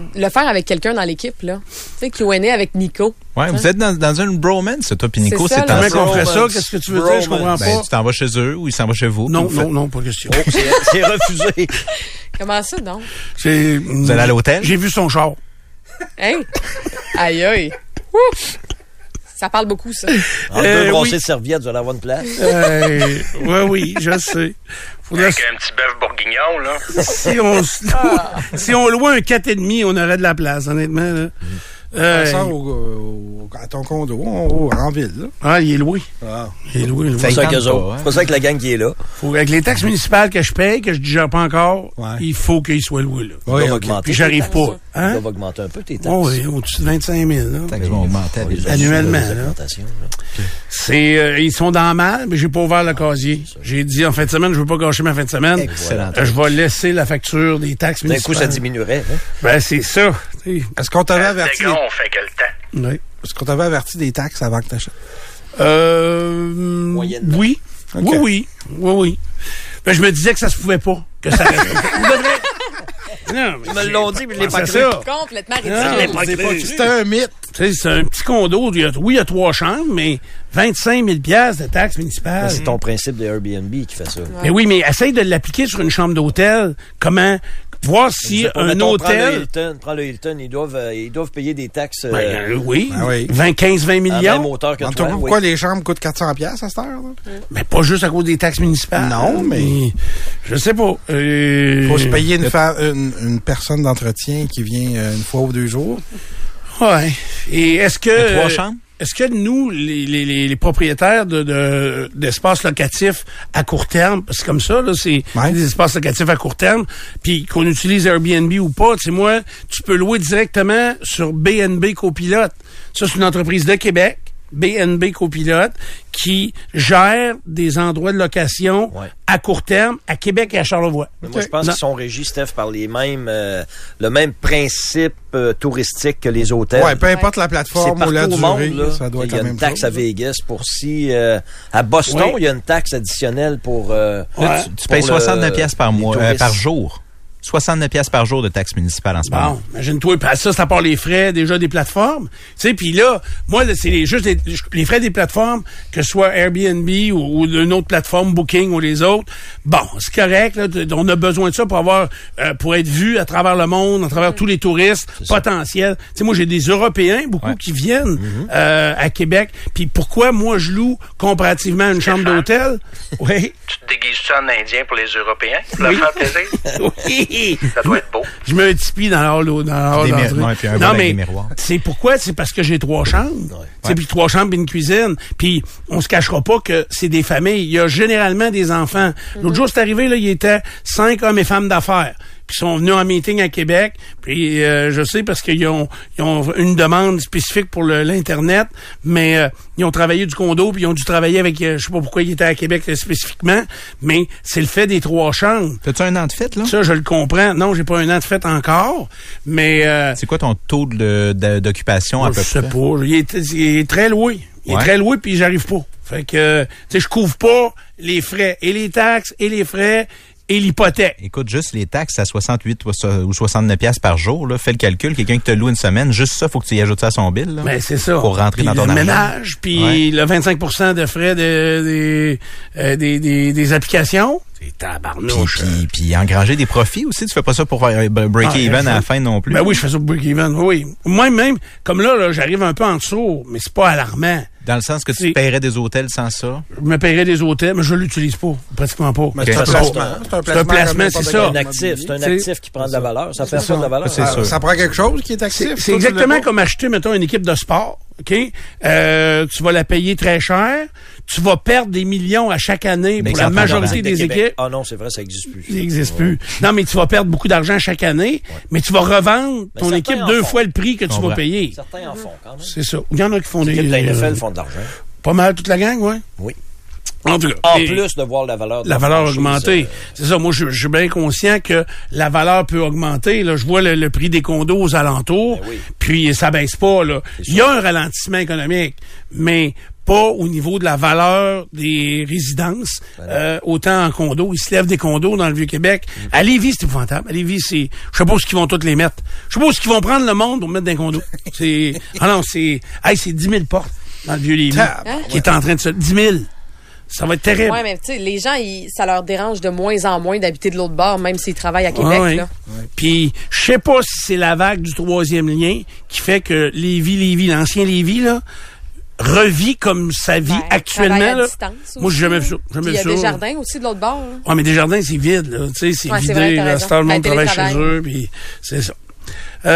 [SPEAKER 2] le, le faire avec quelqu'un dans l'équipe, là. Tu sais, Q&A avec Nico.
[SPEAKER 4] Ouais, vous êtes dans, dans une bromance, toi, puis Nico,
[SPEAKER 2] C'est ça,
[SPEAKER 4] c'est
[SPEAKER 2] là.
[SPEAKER 4] en
[SPEAKER 3] Comment qu'on
[SPEAKER 6] Bromance.
[SPEAKER 3] ferait ça? Qu'est-ce que tu veux dire? Je comprends
[SPEAKER 6] Bromance.
[SPEAKER 3] pas.
[SPEAKER 4] Ben, tu t'en vas chez eux ou il s'en va chez vous.
[SPEAKER 3] non,
[SPEAKER 4] puis vous
[SPEAKER 3] non,
[SPEAKER 4] faites-
[SPEAKER 3] non, pas question.
[SPEAKER 6] Oh, c'est c'est refusé.
[SPEAKER 2] Comment ça, donc?
[SPEAKER 3] C'est-
[SPEAKER 4] Vous allez à l'hôtel?
[SPEAKER 3] J'ai vu son char.
[SPEAKER 2] Hein? aïe, aïe. Ouf! Ça parle beaucoup, ça.
[SPEAKER 6] En
[SPEAKER 3] Euh,
[SPEAKER 6] deux brossées
[SPEAKER 3] oui.
[SPEAKER 6] de serviettes, vous allez avoir une place.
[SPEAKER 3] Euh, ouais, oui, je sais. Faudrait,
[SPEAKER 7] Avec un petit bœuf bourguignon, là.
[SPEAKER 3] si on se loue- si on louait un 4,5, on aurait de la place, honnêtement. là. Euh,
[SPEAKER 5] On sort au- au- à ton condo, on- en ville.
[SPEAKER 3] ah, il est loué.
[SPEAKER 5] là.
[SPEAKER 3] Il est loué. il est loué.
[SPEAKER 4] Ça
[SPEAKER 6] C'est
[SPEAKER 4] y
[SPEAKER 6] pour ça
[SPEAKER 4] tente
[SPEAKER 6] qu'eux
[SPEAKER 4] pas,
[SPEAKER 6] autres.
[SPEAKER 4] hein?
[SPEAKER 6] C'est pour ça que la gang qui est là
[SPEAKER 3] Faut- avec les taxes municipales que je paye, que je digère pas encore,
[SPEAKER 5] Ouais.
[SPEAKER 3] il faut qu'il soit loué, là.
[SPEAKER 6] doivent
[SPEAKER 5] ok.
[SPEAKER 6] augmenter.
[SPEAKER 3] Puis j'arrive pas.
[SPEAKER 6] Ils
[SPEAKER 3] Hein?
[SPEAKER 6] doivent augmenter un peu tes taxes.
[SPEAKER 3] Oh, oui, au-dessus de 25 000, là.
[SPEAKER 4] Fait que je vais augmenter
[SPEAKER 3] Euh,
[SPEAKER 4] à des-
[SPEAKER 6] Les
[SPEAKER 3] Annuellement,
[SPEAKER 6] les
[SPEAKER 3] là.
[SPEAKER 6] augmentations, là.
[SPEAKER 3] C'est, euh, ils sont dans le mal, mais j'ai pas ouvert le
[SPEAKER 6] Ah,
[SPEAKER 3] casier. J'ai dit en fin de semaine, je veux pas gâcher ma fin de semaine.
[SPEAKER 4] Excellent.
[SPEAKER 3] Euh, je vais laisser la facture des taxes
[SPEAKER 6] D'un coup,
[SPEAKER 3] municipales.
[SPEAKER 6] ça diminuerait. hein.
[SPEAKER 3] Ben, c'est ça. tu sais.
[SPEAKER 5] Est-ce qu'on t'avait
[SPEAKER 7] Les
[SPEAKER 5] averti,
[SPEAKER 7] gars,
[SPEAKER 5] des-
[SPEAKER 7] on fait que le temps.
[SPEAKER 3] Ouais.
[SPEAKER 5] est-ce qu'on t'avait averti des taxes avant que t'achètes?
[SPEAKER 3] Euh,
[SPEAKER 6] Moyennement.
[SPEAKER 3] oui. Oui, oui. Oui, oui. Ben, je me disais que ça se pouvait pas. Que ça restait. Non, mais
[SPEAKER 6] Ils me l'ont dit, mais je l'ai pas
[SPEAKER 3] c'est
[SPEAKER 6] cru.
[SPEAKER 3] ça.
[SPEAKER 2] Complètement
[SPEAKER 3] Non,
[SPEAKER 2] ridicule.
[SPEAKER 3] c'est pas-
[SPEAKER 5] C'était un mythe.
[SPEAKER 3] Tu sais, c'est un petit condo. il y a- oui, il y a trois chambres, mais 25 000 piastres de taxes municipales.
[SPEAKER 6] C'est ton principe de Airbnb qui fait ça.
[SPEAKER 3] Mais oui, mais essaye de l'appliquer sur une chambre d'hôtel. Comment? Voir si
[SPEAKER 6] C'est pas,
[SPEAKER 3] un
[SPEAKER 6] mettons, Prends le
[SPEAKER 5] euh,
[SPEAKER 3] hôtel...
[SPEAKER 6] Hilton, prends le Hilton, ils doivent, euh, ils doivent payer des taxes euh,
[SPEAKER 3] Ben, euh, oui,
[SPEAKER 5] Ben oui. ben,
[SPEAKER 3] 20, 15, 20
[SPEAKER 6] à même
[SPEAKER 3] millions.
[SPEAKER 6] hauteur que
[SPEAKER 5] Dans
[SPEAKER 6] toi.
[SPEAKER 5] ton
[SPEAKER 6] oui.
[SPEAKER 5] pourquoi les chambres coûtent 400 pièces à cette heure? là?
[SPEAKER 3] Mais pas juste à cause des taxes municipales.
[SPEAKER 5] Non, mais-
[SPEAKER 3] Je sais pas.
[SPEAKER 6] Mmh.
[SPEAKER 3] Euh,
[SPEAKER 5] Faut se payer une, fa- une, une personne d'entretien qui vient euh, une fois ou deux jours.
[SPEAKER 3] Ouais. Et est-ce que...
[SPEAKER 4] Il y a trois chambres?
[SPEAKER 3] Est-ce que nous, les, les, les, les propriétaires de, de, d'espaces locatifs à court terme, parce que comme ça, là, c'est
[SPEAKER 5] Ouais.
[SPEAKER 3] des espaces locatifs à court terme, puis qu'on utilise Airbnb ou pas, tu sais, moi, tu peux louer directement sur BNB Copilote. Ça, c'est une entreprise de Québec. BNB Copilote qui gère des endroits de location
[SPEAKER 6] Ouais.
[SPEAKER 3] à court terme à Québec et à Charlevoix.
[SPEAKER 6] Mais Moi, je pense
[SPEAKER 3] Non.
[SPEAKER 6] qu'ils sont régis, Steph, par les mêmes, euh, le même principe euh, touristique que les hôtels.
[SPEAKER 5] Ouais, peu importe la
[SPEAKER 6] c'est
[SPEAKER 5] plateforme ou
[SPEAKER 6] partout
[SPEAKER 5] la
[SPEAKER 6] au
[SPEAKER 5] durée,
[SPEAKER 6] monde. là,
[SPEAKER 5] ça doit
[SPEAKER 6] qu'il
[SPEAKER 5] être
[SPEAKER 6] y
[SPEAKER 5] la
[SPEAKER 6] a une
[SPEAKER 5] même
[SPEAKER 6] taxe
[SPEAKER 5] chose.
[SPEAKER 6] à Vegas pour si... euh, à Boston,
[SPEAKER 3] Oui.
[SPEAKER 6] il y a une taxe additionnelle pour... euh,
[SPEAKER 3] Ouais.
[SPEAKER 4] Tu, tu
[SPEAKER 6] pour
[SPEAKER 4] payes
[SPEAKER 6] le-
[SPEAKER 4] 69 pièces par
[SPEAKER 6] les
[SPEAKER 4] mois, euh,
[SPEAKER 6] touristes.
[SPEAKER 4] par jour. 69 pièces par jour de taxes municipales en ce moment.
[SPEAKER 3] Bon, imagine-toi, puis ça, c'est à part les frais déjà des plateformes. Tu sais, puis là, moi, là, c'est les- juste les, les frais des plateformes, que ce soit Airbnb ou, ou une autre plateforme, Booking ou les autres. Bon, c'est correct, là, t- on a besoin de ça pour avoir, euh, pour être vu à travers le monde, à travers tous les touristes potentiels. Tu sais, moi, j'ai des Européens, beaucoup,
[SPEAKER 4] Ouais.
[SPEAKER 3] qui viennent euh, à Québec. Puis pourquoi, moi, je loue comparativement à une chambre d'hôtel? Oui,
[SPEAKER 7] Tu te déguises en indien pour les Européens? Pour leur faire plaisir?
[SPEAKER 3] oui.
[SPEAKER 7] Ça doit être beau.
[SPEAKER 3] Je mets un tipi dans l'hall dans l'hall
[SPEAKER 4] Des mi-
[SPEAKER 3] d'entrée.
[SPEAKER 4] ouais, puis un vol
[SPEAKER 3] Non
[SPEAKER 4] avec
[SPEAKER 3] mais
[SPEAKER 4] des miroirs.
[SPEAKER 3] c'est pourquoi c'est parce que j'ai trois chambres. Tu sais, puis trois chambres puis une cuisine. Puis on se cachera pas que c'est des familles, il y a généralement des enfants. L'autre jour c'est arrivé là, il était cinq hommes et femmes d'affaires qui sont venus en meeting à Québec. Puis euh, je sais parce qu'ils ont, ils ont une demande spécifique pour le- l'internet, mais euh, ils ont travaillé du condo puis ils ont dû travailler avec euh, je sais pas pourquoi ils étaient à Québec euh, spécifiquement, mais c'est le fait des trois chambres.
[SPEAKER 4] T'as-tu un an de fête, là?
[SPEAKER 3] Ça, je le comprends. Non, j'ai pas un an de fête encore, mais euh,
[SPEAKER 4] C'est quoi ton taux de- de- d'occupation à
[SPEAKER 3] je
[SPEAKER 4] peu
[SPEAKER 3] sais
[SPEAKER 4] près?
[SPEAKER 3] pas. Il est, il est très loué. Il
[SPEAKER 4] Ouais.
[SPEAKER 3] est très loué, puis j'arrive pas. Fait que, euh, tu sais, je couvre pas les frais et les taxes et les frais et l'hypothèque.
[SPEAKER 4] Écoute, juste les taxes à 68 ou so- ou 69 pièces par jour, là, fais le calcul. Quelqu'un qui te loue une semaine, juste ça, faut que tu y ajoutes ça à son bill. là,
[SPEAKER 3] Mais Ben, c'est ça.
[SPEAKER 4] Pour rentrer
[SPEAKER 3] Puis
[SPEAKER 4] dans ton
[SPEAKER 3] le
[SPEAKER 4] argent.
[SPEAKER 3] ménage, puis le 25 de frais de, des, euh, des, des, des applications. C'est
[SPEAKER 4] Puis,
[SPEAKER 3] tabarnouche.
[SPEAKER 4] puis- puis engranger des profits aussi. Tu fais pas ça pour euh, b- break
[SPEAKER 3] Ah,
[SPEAKER 4] even à
[SPEAKER 3] je-
[SPEAKER 4] la fin non plus.
[SPEAKER 3] Ben oui, je fais ça pour break-even, oui. Moi-même, comme là, là j'arrive un peu en dessous, mais c'est pas alarmant.
[SPEAKER 4] Dans le sens que tu
[SPEAKER 3] C'est-
[SPEAKER 4] paierais des hôtels sans ça.
[SPEAKER 3] je me paierais des hôtels, mais je l'utilise pas, pratiquement pas.
[SPEAKER 5] Mais c'est un
[SPEAKER 4] Ok.
[SPEAKER 5] placement. C'est un
[SPEAKER 3] C'est un placement,
[SPEAKER 5] comme
[SPEAKER 3] c'est
[SPEAKER 5] n'importe
[SPEAKER 3] ça.
[SPEAKER 6] un
[SPEAKER 5] quel
[SPEAKER 6] actif, c'est un
[SPEAKER 3] C'est-
[SPEAKER 6] actif qui prend de la valeur. Ça fait ça de la valeur.
[SPEAKER 4] C'est
[SPEAKER 5] Ah,
[SPEAKER 4] sûr.
[SPEAKER 5] Ça prend quelque chose qui est actif.
[SPEAKER 3] C'est- C'est
[SPEAKER 5] Toi, tu l'as
[SPEAKER 3] exactement
[SPEAKER 5] pas.
[SPEAKER 3] comme acheter, mettons, une équipe de sport. OK? Euh, tu vas la payer très cher. Tu vas perdre des millions à chaque année
[SPEAKER 4] Mais
[SPEAKER 3] pour
[SPEAKER 4] ça
[SPEAKER 3] la
[SPEAKER 4] prend
[SPEAKER 3] majorité
[SPEAKER 4] dans
[SPEAKER 3] des
[SPEAKER 6] Québec.
[SPEAKER 3] équipes.
[SPEAKER 6] Ah non, c'est vrai, ça n'existe plus.
[SPEAKER 3] Il n'existe plus. Non, mais tu vas perdre beaucoup d'argent chaque année, mais tu vas revendre
[SPEAKER 6] Mais
[SPEAKER 3] ton
[SPEAKER 6] certains
[SPEAKER 3] équipe
[SPEAKER 6] en
[SPEAKER 3] deux
[SPEAKER 6] font.
[SPEAKER 3] fois le prix que tu
[SPEAKER 4] Comprends.
[SPEAKER 3] vas payer.
[SPEAKER 6] Certains en font quand même.
[SPEAKER 3] C'est ça. Il y en a qui font des.
[SPEAKER 6] Les équipes de la
[SPEAKER 3] euh,
[SPEAKER 6] NFL font de l'argent.
[SPEAKER 3] Pas mal toute la gang, ouais.
[SPEAKER 6] Oui.
[SPEAKER 3] En tout cas.
[SPEAKER 6] En
[SPEAKER 3] et-
[SPEAKER 6] plus de voir la valeur de
[SPEAKER 3] la
[SPEAKER 6] leur
[SPEAKER 3] valeur
[SPEAKER 6] franchise,
[SPEAKER 3] augmentée.
[SPEAKER 6] euh,
[SPEAKER 3] C'est ça, moi je, je suis bien conscient que la valeur peut augmenter. Là, je vois le, le prix des condos aux alentours,
[SPEAKER 6] Ben oui.
[SPEAKER 3] puis ça baisse pas. Là. Il y a un ralentissement économique, mais pas au niveau de la valeur des résidences,
[SPEAKER 6] Ben
[SPEAKER 3] euh, autant en condos. Ils se lèvent des condos dans le Vieux-Québec.
[SPEAKER 6] Mm.
[SPEAKER 3] À Lévis, c'est épouvantable. À Lévis, c'est... Je sais pas où est-ce qu'ils vont toutes les mettre. Je sais pas où est-ce qu'ils vont prendre le monde pour mettre des condos. C'est... Ah non, c'est... Hey, c'est 10 000 portes dans le Vieux-Lévis qui est en train de se... 10 000! Ça va être terrible.
[SPEAKER 2] Ouais, mais tu sais, les gens, ils- ça leur dérange de moins en moins d'habiter de l'autre bord, même s'ils travaillent à Québec.
[SPEAKER 3] Ouais.
[SPEAKER 2] là.
[SPEAKER 3] Puis, je sais pas si c'est la vague du troisième lien qui fait que Lévis, Lévis, l'ancien Lévis, là, revit comme sa vie
[SPEAKER 2] Ben,
[SPEAKER 3] actuellement.
[SPEAKER 2] travail à
[SPEAKER 3] là.
[SPEAKER 2] distance
[SPEAKER 3] Moi,
[SPEAKER 2] aussi,
[SPEAKER 3] j'ai
[SPEAKER 2] là.
[SPEAKER 3] jamais vu ça.
[SPEAKER 2] Puis
[SPEAKER 3] Jamais
[SPEAKER 2] Il y a
[SPEAKER 3] vu
[SPEAKER 2] des
[SPEAKER 3] ça.
[SPEAKER 2] jardins aussi de l'autre bord. hein. là.
[SPEAKER 3] Ouais, mais des jardins, c'est vide, là. Tu sais, c'est
[SPEAKER 2] Ouais, c'est
[SPEAKER 3] vidé.
[SPEAKER 2] vrai, t'as
[SPEAKER 3] là, à
[SPEAKER 2] raison.
[SPEAKER 3] cette heure, le
[SPEAKER 2] Ben,
[SPEAKER 3] monde travaille
[SPEAKER 2] télétravail.
[SPEAKER 3] chez eux, puis c'est ça.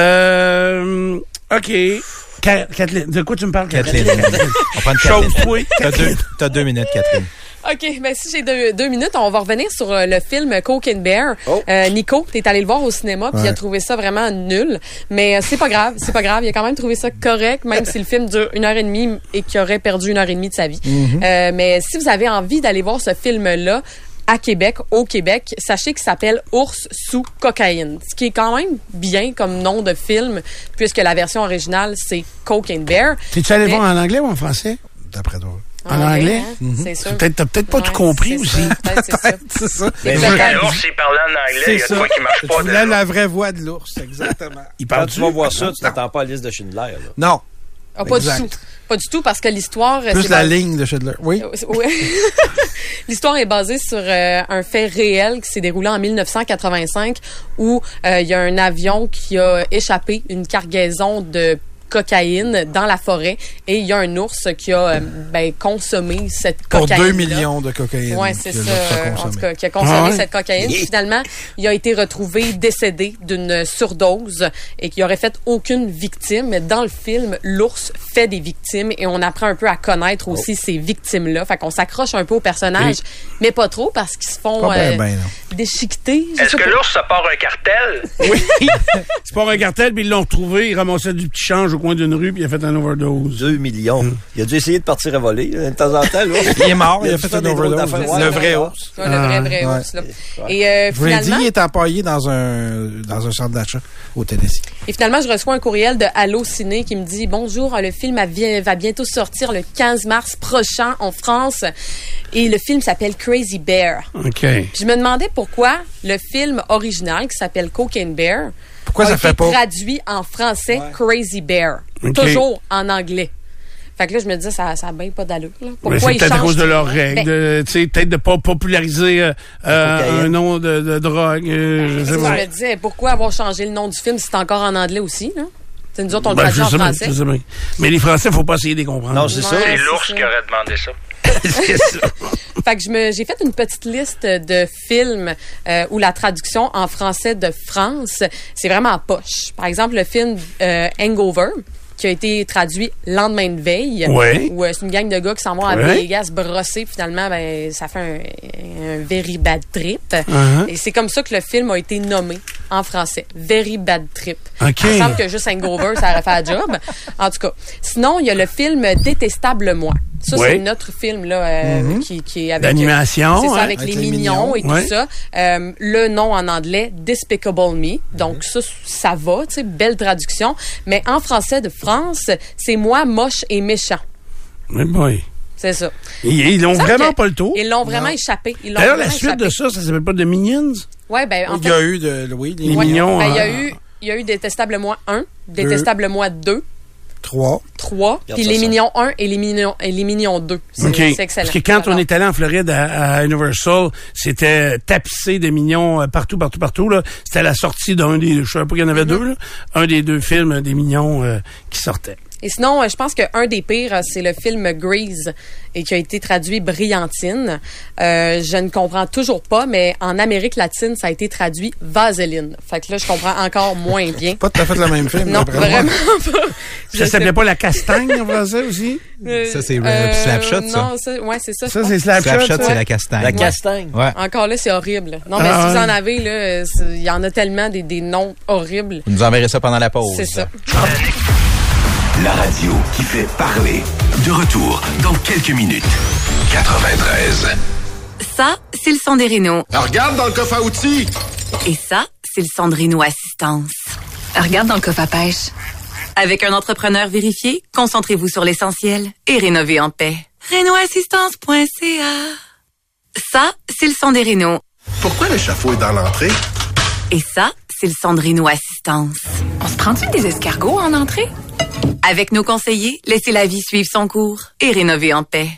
[SPEAKER 3] Euh, OK. Ca- Kathleen, de quoi tu me parles, Kathleen?
[SPEAKER 4] Kathleen. On prend une
[SPEAKER 3] Chose,
[SPEAKER 4] Kathleen.
[SPEAKER 3] oui.
[SPEAKER 4] T'as deux, t'as deux minutes, Catherine.
[SPEAKER 2] OK, ben si j'ai deux, deux minutes, on va revenir sur euh, le film Coke and Bear.
[SPEAKER 6] Oh.
[SPEAKER 2] Euh, Nico, t'es allé le voir au cinéma, puis il a trouvé ça vraiment nul. Mais euh, c'est pas grave, c'est pas grave. Il a quand même trouvé ça correct, même si le film dure une heure et demie et qu'il aurait perdu une heure et demie de sa vie.
[SPEAKER 3] Mm-hmm.
[SPEAKER 2] Euh, mais si vous avez envie d'aller voir ce film-là, à Québec, au Québec, sachez qu'il s'appelle Ours sous cocaïne, ce qui est quand même bien comme nom de film, puisque la version originale, c'est Coke and Bear.
[SPEAKER 3] T'es-tu allé
[SPEAKER 2] Mais-
[SPEAKER 3] voir en anglais ou en français?
[SPEAKER 5] D'après toi.
[SPEAKER 3] En anglais? Mm-hmm.
[SPEAKER 2] hein, C'est sûr.
[SPEAKER 3] Peut-être- T'as peut-être pas tout
[SPEAKER 2] Ouais,
[SPEAKER 3] compris
[SPEAKER 2] c'est
[SPEAKER 3] aussi.
[SPEAKER 2] ça, peut-être c'est ça.
[SPEAKER 5] C'est ça.
[SPEAKER 2] Mais
[SPEAKER 3] Mais
[SPEAKER 2] peut-être-
[SPEAKER 3] je-
[SPEAKER 7] Alors, s'il parlait en anglais, il y a de quoi qui marche
[SPEAKER 5] Tu
[SPEAKER 7] pas.
[SPEAKER 5] voulais
[SPEAKER 7] dedans.
[SPEAKER 5] la vraie voix de l'ours, exactement.
[SPEAKER 3] Il
[SPEAKER 6] Quand
[SPEAKER 3] parle
[SPEAKER 6] tu vas voir ça, tu t'entends pas à la liste de Schindler. là.
[SPEAKER 5] Non,
[SPEAKER 2] Ah, pas du
[SPEAKER 5] Exact.
[SPEAKER 2] tout. Pas du tout, parce que l'histoire... euh,
[SPEAKER 5] plus
[SPEAKER 2] c'est
[SPEAKER 5] la
[SPEAKER 2] bas-
[SPEAKER 5] ligne de Schindler. Oui.
[SPEAKER 2] Euh, c'est- ouais. L'histoire est basée sur euh, un fait réel qui s'est déroulé en 1985 où euh, il y a un avion qui a échappé une cargaison de cocaïne dans la forêt et il y a un ours qui a euh, ben, consommé cette
[SPEAKER 5] Pour
[SPEAKER 2] cocaïne.
[SPEAKER 5] 2 millions de cocaïne.
[SPEAKER 2] Ouais, c'est
[SPEAKER 5] que
[SPEAKER 2] ça.
[SPEAKER 5] l'ours a
[SPEAKER 2] euh, En
[SPEAKER 5] consommé.
[SPEAKER 2] tout cas, qui a consommé
[SPEAKER 3] Ah ouais?
[SPEAKER 2] cette cocaïne. Puis Finalement, il a été retrouvé décédé d'une surdose et qui aurait fait aucune victime. Mais dans le film, l'ours fait des victimes et on apprend un peu à connaître aussi
[SPEAKER 5] Oh.
[SPEAKER 2] ces victimes-là. Fait qu'on s'accroche un peu au personnage, mais pas trop parce qu'ils se font
[SPEAKER 5] Pas ben,
[SPEAKER 2] euh,
[SPEAKER 5] ben, non.
[SPEAKER 2] déchiqueter. je
[SPEAKER 7] Est-ce
[SPEAKER 2] sais
[SPEAKER 7] que
[SPEAKER 2] pas.
[SPEAKER 7] l'ours, ça part un cartel?
[SPEAKER 3] Oui. C'est pas un cartel, puis ils l'ont retrouvé, ils ramassaient du petit change au coin d'une rue puis il a fait un overdose.
[SPEAKER 6] 2 millions.
[SPEAKER 3] Hum.
[SPEAKER 6] Il a dû essayer de partir à voler là, de temps en temps. là.
[SPEAKER 5] Il est mort, il a
[SPEAKER 6] dû
[SPEAKER 5] fait
[SPEAKER 6] faire
[SPEAKER 5] un
[SPEAKER 6] des drôles
[SPEAKER 5] overdose.
[SPEAKER 6] d'affaires.
[SPEAKER 5] Le
[SPEAKER 6] Ouais,
[SPEAKER 5] vrai
[SPEAKER 6] ouais.
[SPEAKER 5] ours.
[SPEAKER 2] Ouais, le vrai, vrai
[SPEAKER 5] Ouais.
[SPEAKER 2] ours, là. Et euh,
[SPEAKER 5] Brady
[SPEAKER 2] finalement,
[SPEAKER 5] est empaillé dans un, dans un centre d'achat au Tennessee.
[SPEAKER 2] et finalement, je reçois un courriel de Allo Ciné qui me dit Bonjour, le film a bien- va bientôt sortir le 15 mars prochain en France. Et le film s'appelle Crazy Bear.
[SPEAKER 3] OK.
[SPEAKER 2] Puis je me demandais pourquoi le film original qui s'appelle Cocaine Bear
[SPEAKER 5] Pourquoi
[SPEAKER 2] a
[SPEAKER 5] ça
[SPEAKER 2] été
[SPEAKER 5] fait pas-
[SPEAKER 2] traduit en français Crazy Bear.
[SPEAKER 3] Ok.
[SPEAKER 2] Toujours en anglais. Fait que là, je me disais, ça n'a bien pas d'allure. là.
[SPEAKER 3] Mais
[SPEAKER 2] Pourquoi
[SPEAKER 3] c'est
[SPEAKER 2] ils
[SPEAKER 3] peut-être à
[SPEAKER 2] changent
[SPEAKER 3] cause de
[SPEAKER 2] tout?
[SPEAKER 3] leurs
[SPEAKER 2] Ben,
[SPEAKER 3] règles, de- tu sais, peut-être de pas populariser euh, euh,
[SPEAKER 6] cocaïne.
[SPEAKER 3] un nom de, de drogue. euh, je
[SPEAKER 2] Ben, C'est
[SPEAKER 3] sais
[SPEAKER 2] ce que
[SPEAKER 3] pas.
[SPEAKER 2] je me disais, pourquoi avoir changé le nom du film si c'est encore en anglais aussi, non? C'est nous autres, on le
[SPEAKER 3] Ben,
[SPEAKER 2] traduit
[SPEAKER 3] je
[SPEAKER 2] en
[SPEAKER 3] sais bien,
[SPEAKER 2] français.
[SPEAKER 3] je sais bien. Mais les Français, faut pas essayer de les comprendre.
[SPEAKER 6] Non, c'est ça.
[SPEAKER 2] Ouais.
[SPEAKER 7] C'est
[SPEAKER 2] c'est
[SPEAKER 7] l'ours
[SPEAKER 2] ça.
[SPEAKER 7] qui aurait demandé ça.
[SPEAKER 6] C'est ça.
[SPEAKER 2] Fait que je me, j'ai fait une petite liste de films euh, où la traduction en français de France, c'est vraiment en poche. Par exemple, le film euh, Hangover qui a été traduit lendemain de veille.
[SPEAKER 3] Ouais.
[SPEAKER 2] Où euh, c'est une gang de gars qui s'en vont à
[SPEAKER 3] Ouais.
[SPEAKER 2] Vegas brosser. puis Finalement, ben, ça fait un, un very bad trip.
[SPEAKER 3] Uh-huh.
[SPEAKER 2] Et c'est comme ça que le film a été nommé en français. Very bad trip.
[SPEAKER 3] OK.
[SPEAKER 2] Il me semble que juste Hangover, ça aurait fait la job. En tout cas. Sinon, il y a le film Détestable Moi. Ça,
[SPEAKER 3] Ouais.
[SPEAKER 2] c'est notre film, là, euh, qui, qui est avec.
[SPEAKER 3] Mhm. D'animation,
[SPEAKER 2] C'est ça,
[SPEAKER 3] hein?
[SPEAKER 2] avec, les, mignons, et
[SPEAKER 3] ouais.
[SPEAKER 2] tout ça. Euh, le nom en anglais, Despicable Me.
[SPEAKER 3] Mhm.
[SPEAKER 2] Donc, ça, ça va, tu sais, belle traduction. Mais en français de France, c'est moi moche et méchant.
[SPEAKER 3] Eh boy.
[SPEAKER 2] C'est ça.
[SPEAKER 3] Ils, ils ont
[SPEAKER 2] Il me semble
[SPEAKER 3] vraiment
[SPEAKER 2] que
[SPEAKER 3] pas le tour.
[SPEAKER 2] Ils l'ont vraiment échappé. Ils l'ont
[SPEAKER 3] D'ailleurs, la
[SPEAKER 2] vraiment
[SPEAKER 3] suite
[SPEAKER 2] échappé.
[SPEAKER 3] de ça, ça s'appelle pas The Minions?
[SPEAKER 2] Ouais, ben, en
[SPEAKER 5] Il
[SPEAKER 2] fait,
[SPEAKER 5] y a eu de, oui, des
[SPEAKER 3] Les
[SPEAKER 2] ouais.
[SPEAKER 3] mignons,
[SPEAKER 2] Ben, il y a
[SPEAKER 3] hein.
[SPEAKER 2] eu, il y a eu Détestable Moi 1, Détestable Moi 2,
[SPEAKER 5] trois.
[SPEAKER 2] 3,
[SPEAKER 6] Regarde
[SPEAKER 2] puis
[SPEAKER 6] ça,
[SPEAKER 2] Les
[SPEAKER 6] ça.
[SPEAKER 2] Mignons 1 et Les Mignons, et les mignons 2. C'est
[SPEAKER 3] OK.
[SPEAKER 2] c'est excellent.
[SPEAKER 3] Parce que quand on
[SPEAKER 2] Alors,
[SPEAKER 3] est allé en Floride à, à Universal, c'était tapissé de mignons euh, partout, partout, partout. Là. C'était la sortie d'un des... Je sais pas qu'il y en avait
[SPEAKER 2] Mm-hmm.
[SPEAKER 3] deux, là. Un des deux films euh, des mignons euh, qui sortaient.
[SPEAKER 2] Et sinon, euh, je pense qu'un des pires, euh, c'est le film Grease, et qui a été traduit Brillantine. Euh, je ne comprends toujours pas, mais en Amérique latine, ça a été traduit Vaseline. Fait que là, je comprends encore moins bien.
[SPEAKER 5] Pas tout à fait le même film.
[SPEAKER 2] Non,
[SPEAKER 5] d'après moi.
[SPEAKER 2] vraiment pas. Je
[SPEAKER 3] Ça s'appelait
[SPEAKER 2] sais-
[SPEAKER 3] pas La Castagne en français aussi?
[SPEAKER 2] euh,
[SPEAKER 4] Ça, c'est, euh,
[SPEAKER 2] euh,
[SPEAKER 4] Slapshot, ça.
[SPEAKER 2] Non, ça, ouais, c'est ça. je
[SPEAKER 3] Ça,
[SPEAKER 2] pense.
[SPEAKER 3] c'est Slapshot,
[SPEAKER 4] Slapshot,
[SPEAKER 3] ça?
[SPEAKER 4] c'est la castagne.
[SPEAKER 6] La castagne.
[SPEAKER 4] Ouais.
[SPEAKER 2] Encore là, c'est horrible. Non, mais
[SPEAKER 3] Ah,
[SPEAKER 2] si vous
[SPEAKER 3] ouais.
[SPEAKER 2] en avez, là, euh, c'est- il y en a tellement des, des noms horribles.
[SPEAKER 4] Vous nous enverrez Oh, ça pendant la pause.
[SPEAKER 2] C'est ça.
[SPEAKER 1] La radio qui fait parler. De retour dans quelques minutes. 93.
[SPEAKER 8] Ça, c'est le son des rénaux.
[SPEAKER 9] regarde dans le coffre à outils.
[SPEAKER 8] Et ça, c'est le Sandrino Assistance. Regarde dans le coffre à pêche. Avec un entrepreneur vérifié, concentrez-vous sur l'essentiel et rénovez en paix. Renoassistance.ca Ça, c'est le son des rénaux.
[SPEAKER 9] Pourquoi l'échafaud est dans l'entrée?
[SPEAKER 8] Et ça, c'est le Sandrino Assistance. On se prend-tu des escargots en entrée? Avec nos conseillers, laissez la vie suivre son cours et rénover en paix.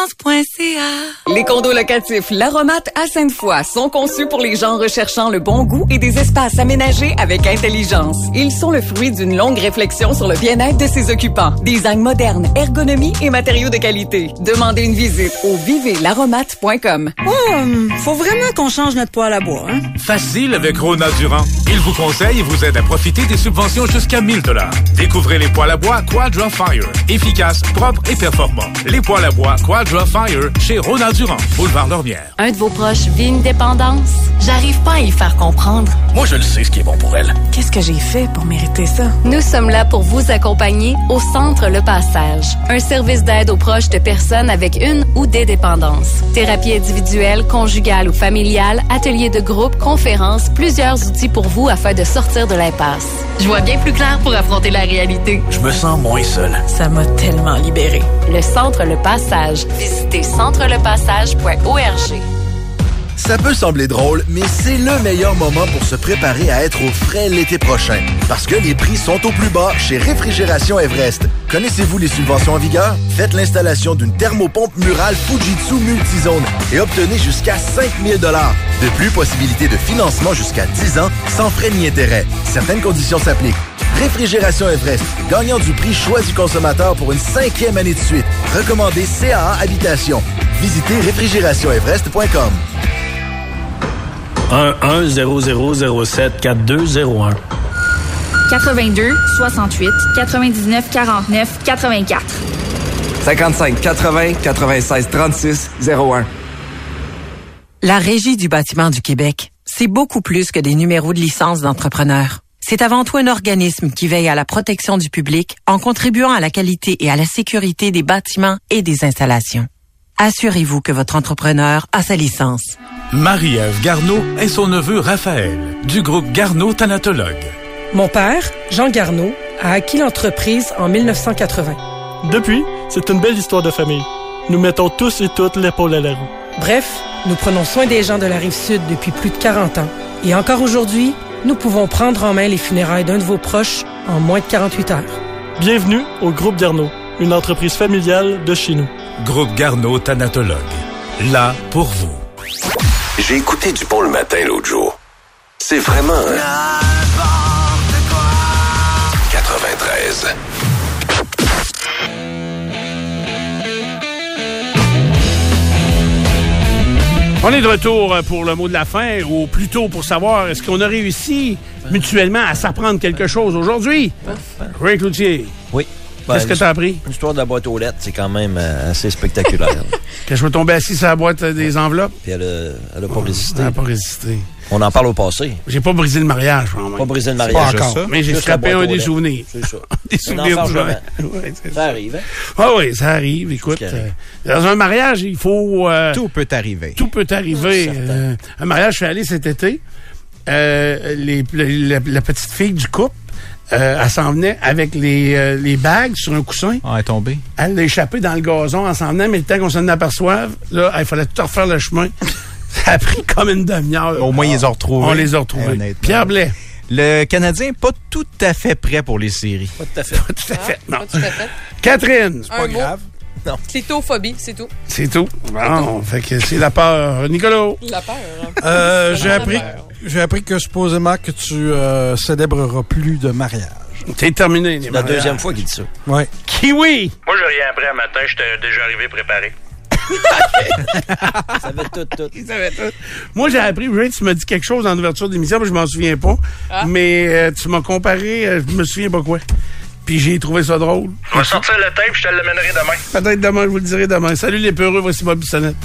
[SPEAKER 8] Renoassistance.ca Les condos locatifs L'Aromate à Sainte-Foy sont conçus pour les gens recherchant le bon goût et des espaces aménagés avec intelligence. Ils sont le fruit d'une longue réflexion sur le bien-être de ses occupants. Design moderne, ergonomie et matériaux de qualité. Demandez une visite au vivezlaromate.com.
[SPEAKER 10] Hum, Faut vraiment qu'on change notre poêle à bois, hein?
[SPEAKER 11] Facile avec Rona Durand. Il vous conseille et vous aide à profiter des subventions jusqu'à 1000 dollars. Découvrez les poêles à bois Quadra Fire. Efficace, propre et performant. Les poêles à bois Quadra Fire chez Rona Durand, boulevard Lormière.
[SPEAKER 12] Un de vos proches vit une dépendance? J'arrive pas à y faire comprendre.
[SPEAKER 11] Moi, je le sais ce qui est bon pour elle.
[SPEAKER 10] Qu'est-ce que j'ai fait pour mériter ça?
[SPEAKER 12] Nous sommes là pour vous accompagner au Centre Le Passage, un service d'aide aux proches de personnes avec une ou des dépendances. Thérapie individuelle, conjugale ou familiale, ateliers de groupe, conférences, plusieurs outils pour vous afin de sortir de l'impasse. Je vois bien plus clair pour affronter la réalité.
[SPEAKER 11] Je me sens moins seul.
[SPEAKER 10] Ça m'a tellement libérée.
[SPEAKER 12] Le Centre Le Passage. Visitez centrelepassage.org.
[SPEAKER 9] Ça peut sembler drôle, mais c'est le meilleur moment pour se préparer à être au frais l'été prochain. Parce que les prix sont au plus bas chez Réfrigération Everest. Connaissez-vous les subventions en vigueur? Faites l'installation d'une thermopompe murale Fujitsu multizone et obtenez jusqu'à 5000 De plus, possibilité de financement jusqu'à 10 ans sans frais ni intérêt. Certaines conditions s'appliquent. Réfrigération Everest, gagnant du prix Choix du consommateur pour une cinquième année de suite. Recommandé CAA Habitation. Visitez réfrigérationeverest.com.
[SPEAKER 11] 1-1-0007-4201.
[SPEAKER 12] 82 68 99 49 84.
[SPEAKER 9] 55 80 96 36 01.
[SPEAKER 10] La Régie du bâtiment du Québec, c'est beaucoup plus que des numéros de licence d'entrepreneurs.
[SPEAKER 13] c'est avant tout un organisme qui veille à la protection du public en contribuant à la qualité et à la sécurité des bâtiments et des installations. Assurez-vous que votre entrepreneur a sa licence.
[SPEAKER 11] Marie-Ève Garneau et son neveu Raphaël, du groupe Garneau Thanatologue.
[SPEAKER 14] Mon père, Jean Garneau, a acquis l'entreprise en 1980.
[SPEAKER 15] Depuis, c'est une belle histoire de famille. Nous mettons tous et toutes l'épaule à la roue.
[SPEAKER 14] Bref, nous prenons soin des gens de la rive sud depuis plus de 40 ans. Et encore aujourd'hui, nous pouvons prendre en main les funérailles d'un de vos proches en moins de 48 heures.
[SPEAKER 15] Bienvenue au Groupe Garneau, une entreprise familiale de chez nous.
[SPEAKER 11] Groupe Garneau Thanatologue. Là pour vous.
[SPEAKER 1] J'ai écouté Dupont le matin l'autre jour. C'est vraiment un 93.
[SPEAKER 3] On est de retour euh, pour le mot de la fin, ou plutôt pour savoir est-ce qu'on a réussi mutuellement à s'apprendre quelque chose aujourd'hui. Ray Cloutier.
[SPEAKER 6] Oui. Ben,
[SPEAKER 3] Qu'est-ce que
[SPEAKER 6] l'hist-
[SPEAKER 3] t'as appris?
[SPEAKER 6] L'histoire de la boîte aux lettres, c'est quand même euh, assez spectaculaire.
[SPEAKER 3] Que je me tombais assis sur la boîte euh, des enveloppes?
[SPEAKER 6] Puis elle a, elle a pas résisté.
[SPEAKER 3] Elle a pas résisté.
[SPEAKER 6] On en parle au passé.
[SPEAKER 3] J'ai pas brisé le mariage, quand même.
[SPEAKER 6] Pas brisé le mariage,
[SPEAKER 3] Pas encore.
[SPEAKER 6] ça.
[SPEAKER 3] Mais j'ai
[SPEAKER 6] Juste la
[SPEAKER 3] scrapé
[SPEAKER 6] boîte
[SPEAKER 3] un
[SPEAKER 6] aux
[SPEAKER 3] des
[SPEAKER 6] lettres.
[SPEAKER 3] souvenirs.
[SPEAKER 6] C'est ça.
[SPEAKER 3] Des souvenirs du mariage.
[SPEAKER 6] Ça arrive, hein?
[SPEAKER 3] Ah oui, ça arrive, écoute.
[SPEAKER 6] arrive.
[SPEAKER 3] euh, dans un mariage, il faut... euh,
[SPEAKER 4] Tout peut arriver.
[SPEAKER 3] Tout peut arriver. Euh, un mariage, je suis allé cet été. Euh, les- le- la, la petite fille du couple, euh, elle s'en venait avec les, euh, les bagues sur un coussin.
[SPEAKER 4] Ah, elle est tombée.
[SPEAKER 3] Elle l'a échappé dans le gazon en s'en venant, mais le temps qu'on s'en aperçoive, là, il fallait tout refaire le chemin. Ça a pris comme une demi-heure.
[SPEAKER 4] Au moins, ils les ont retrouvés.
[SPEAKER 3] On les a retrouvés.
[SPEAKER 4] Honnêtement.
[SPEAKER 3] Pierre Blais.
[SPEAKER 4] Le Canadien pas tout à fait prêt pour les séries.
[SPEAKER 6] Pas tout à fait. Pas
[SPEAKER 3] tout à fait.
[SPEAKER 2] Ah,
[SPEAKER 3] Non.
[SPEAKER 2] Pas tout à fait.
[SPEAKER 3] Catherine.
[SPEAKER 2] Un mot. Clitophobie, c'est tout.
[SPEAKER 3] C'est tout. Bon, fait que c'est la peur. Nicolas.
[SPEAKER 2] La peur. hein.
[SPEAKER 5] Euh, j'ai appris, j'ai appris que supposément que tu euh, célébreras plus de mariage.
[SPEAKER 3] T'es terminé.
[SPEAKER 5] les
[SPEAKER 6] C'est la
[SPEAKER 5] mariages.
[SPEAKER 6] deuxième fois qu'il dit ça.
[SPEAKER 5] Ouais.
[SPEAKER 3] Kiwi.
[SPEAKER 7] Moi, j'ai rien appris un matin, j'étais déjà arrivé préparé.
[SPEAKER 6] Ça va tout, tout.
[SPEAKER 3] Moi, j'ai appris, Ray, tu m'as dit quelque chose en ouverture d'émission, mais je m'en souviens pas. Mais euh, tu m'as comparé, euh, je me souviens pas quoi. Puis j'ai trouvé ça drôle.
[SPEAKER 7] Je vais sortir le tape, je te l'amènerai demain.
[SPEAKER 3] Peut-être demain, je vous le dirai demain. Salut les peureux, voici Bob Bissonnette.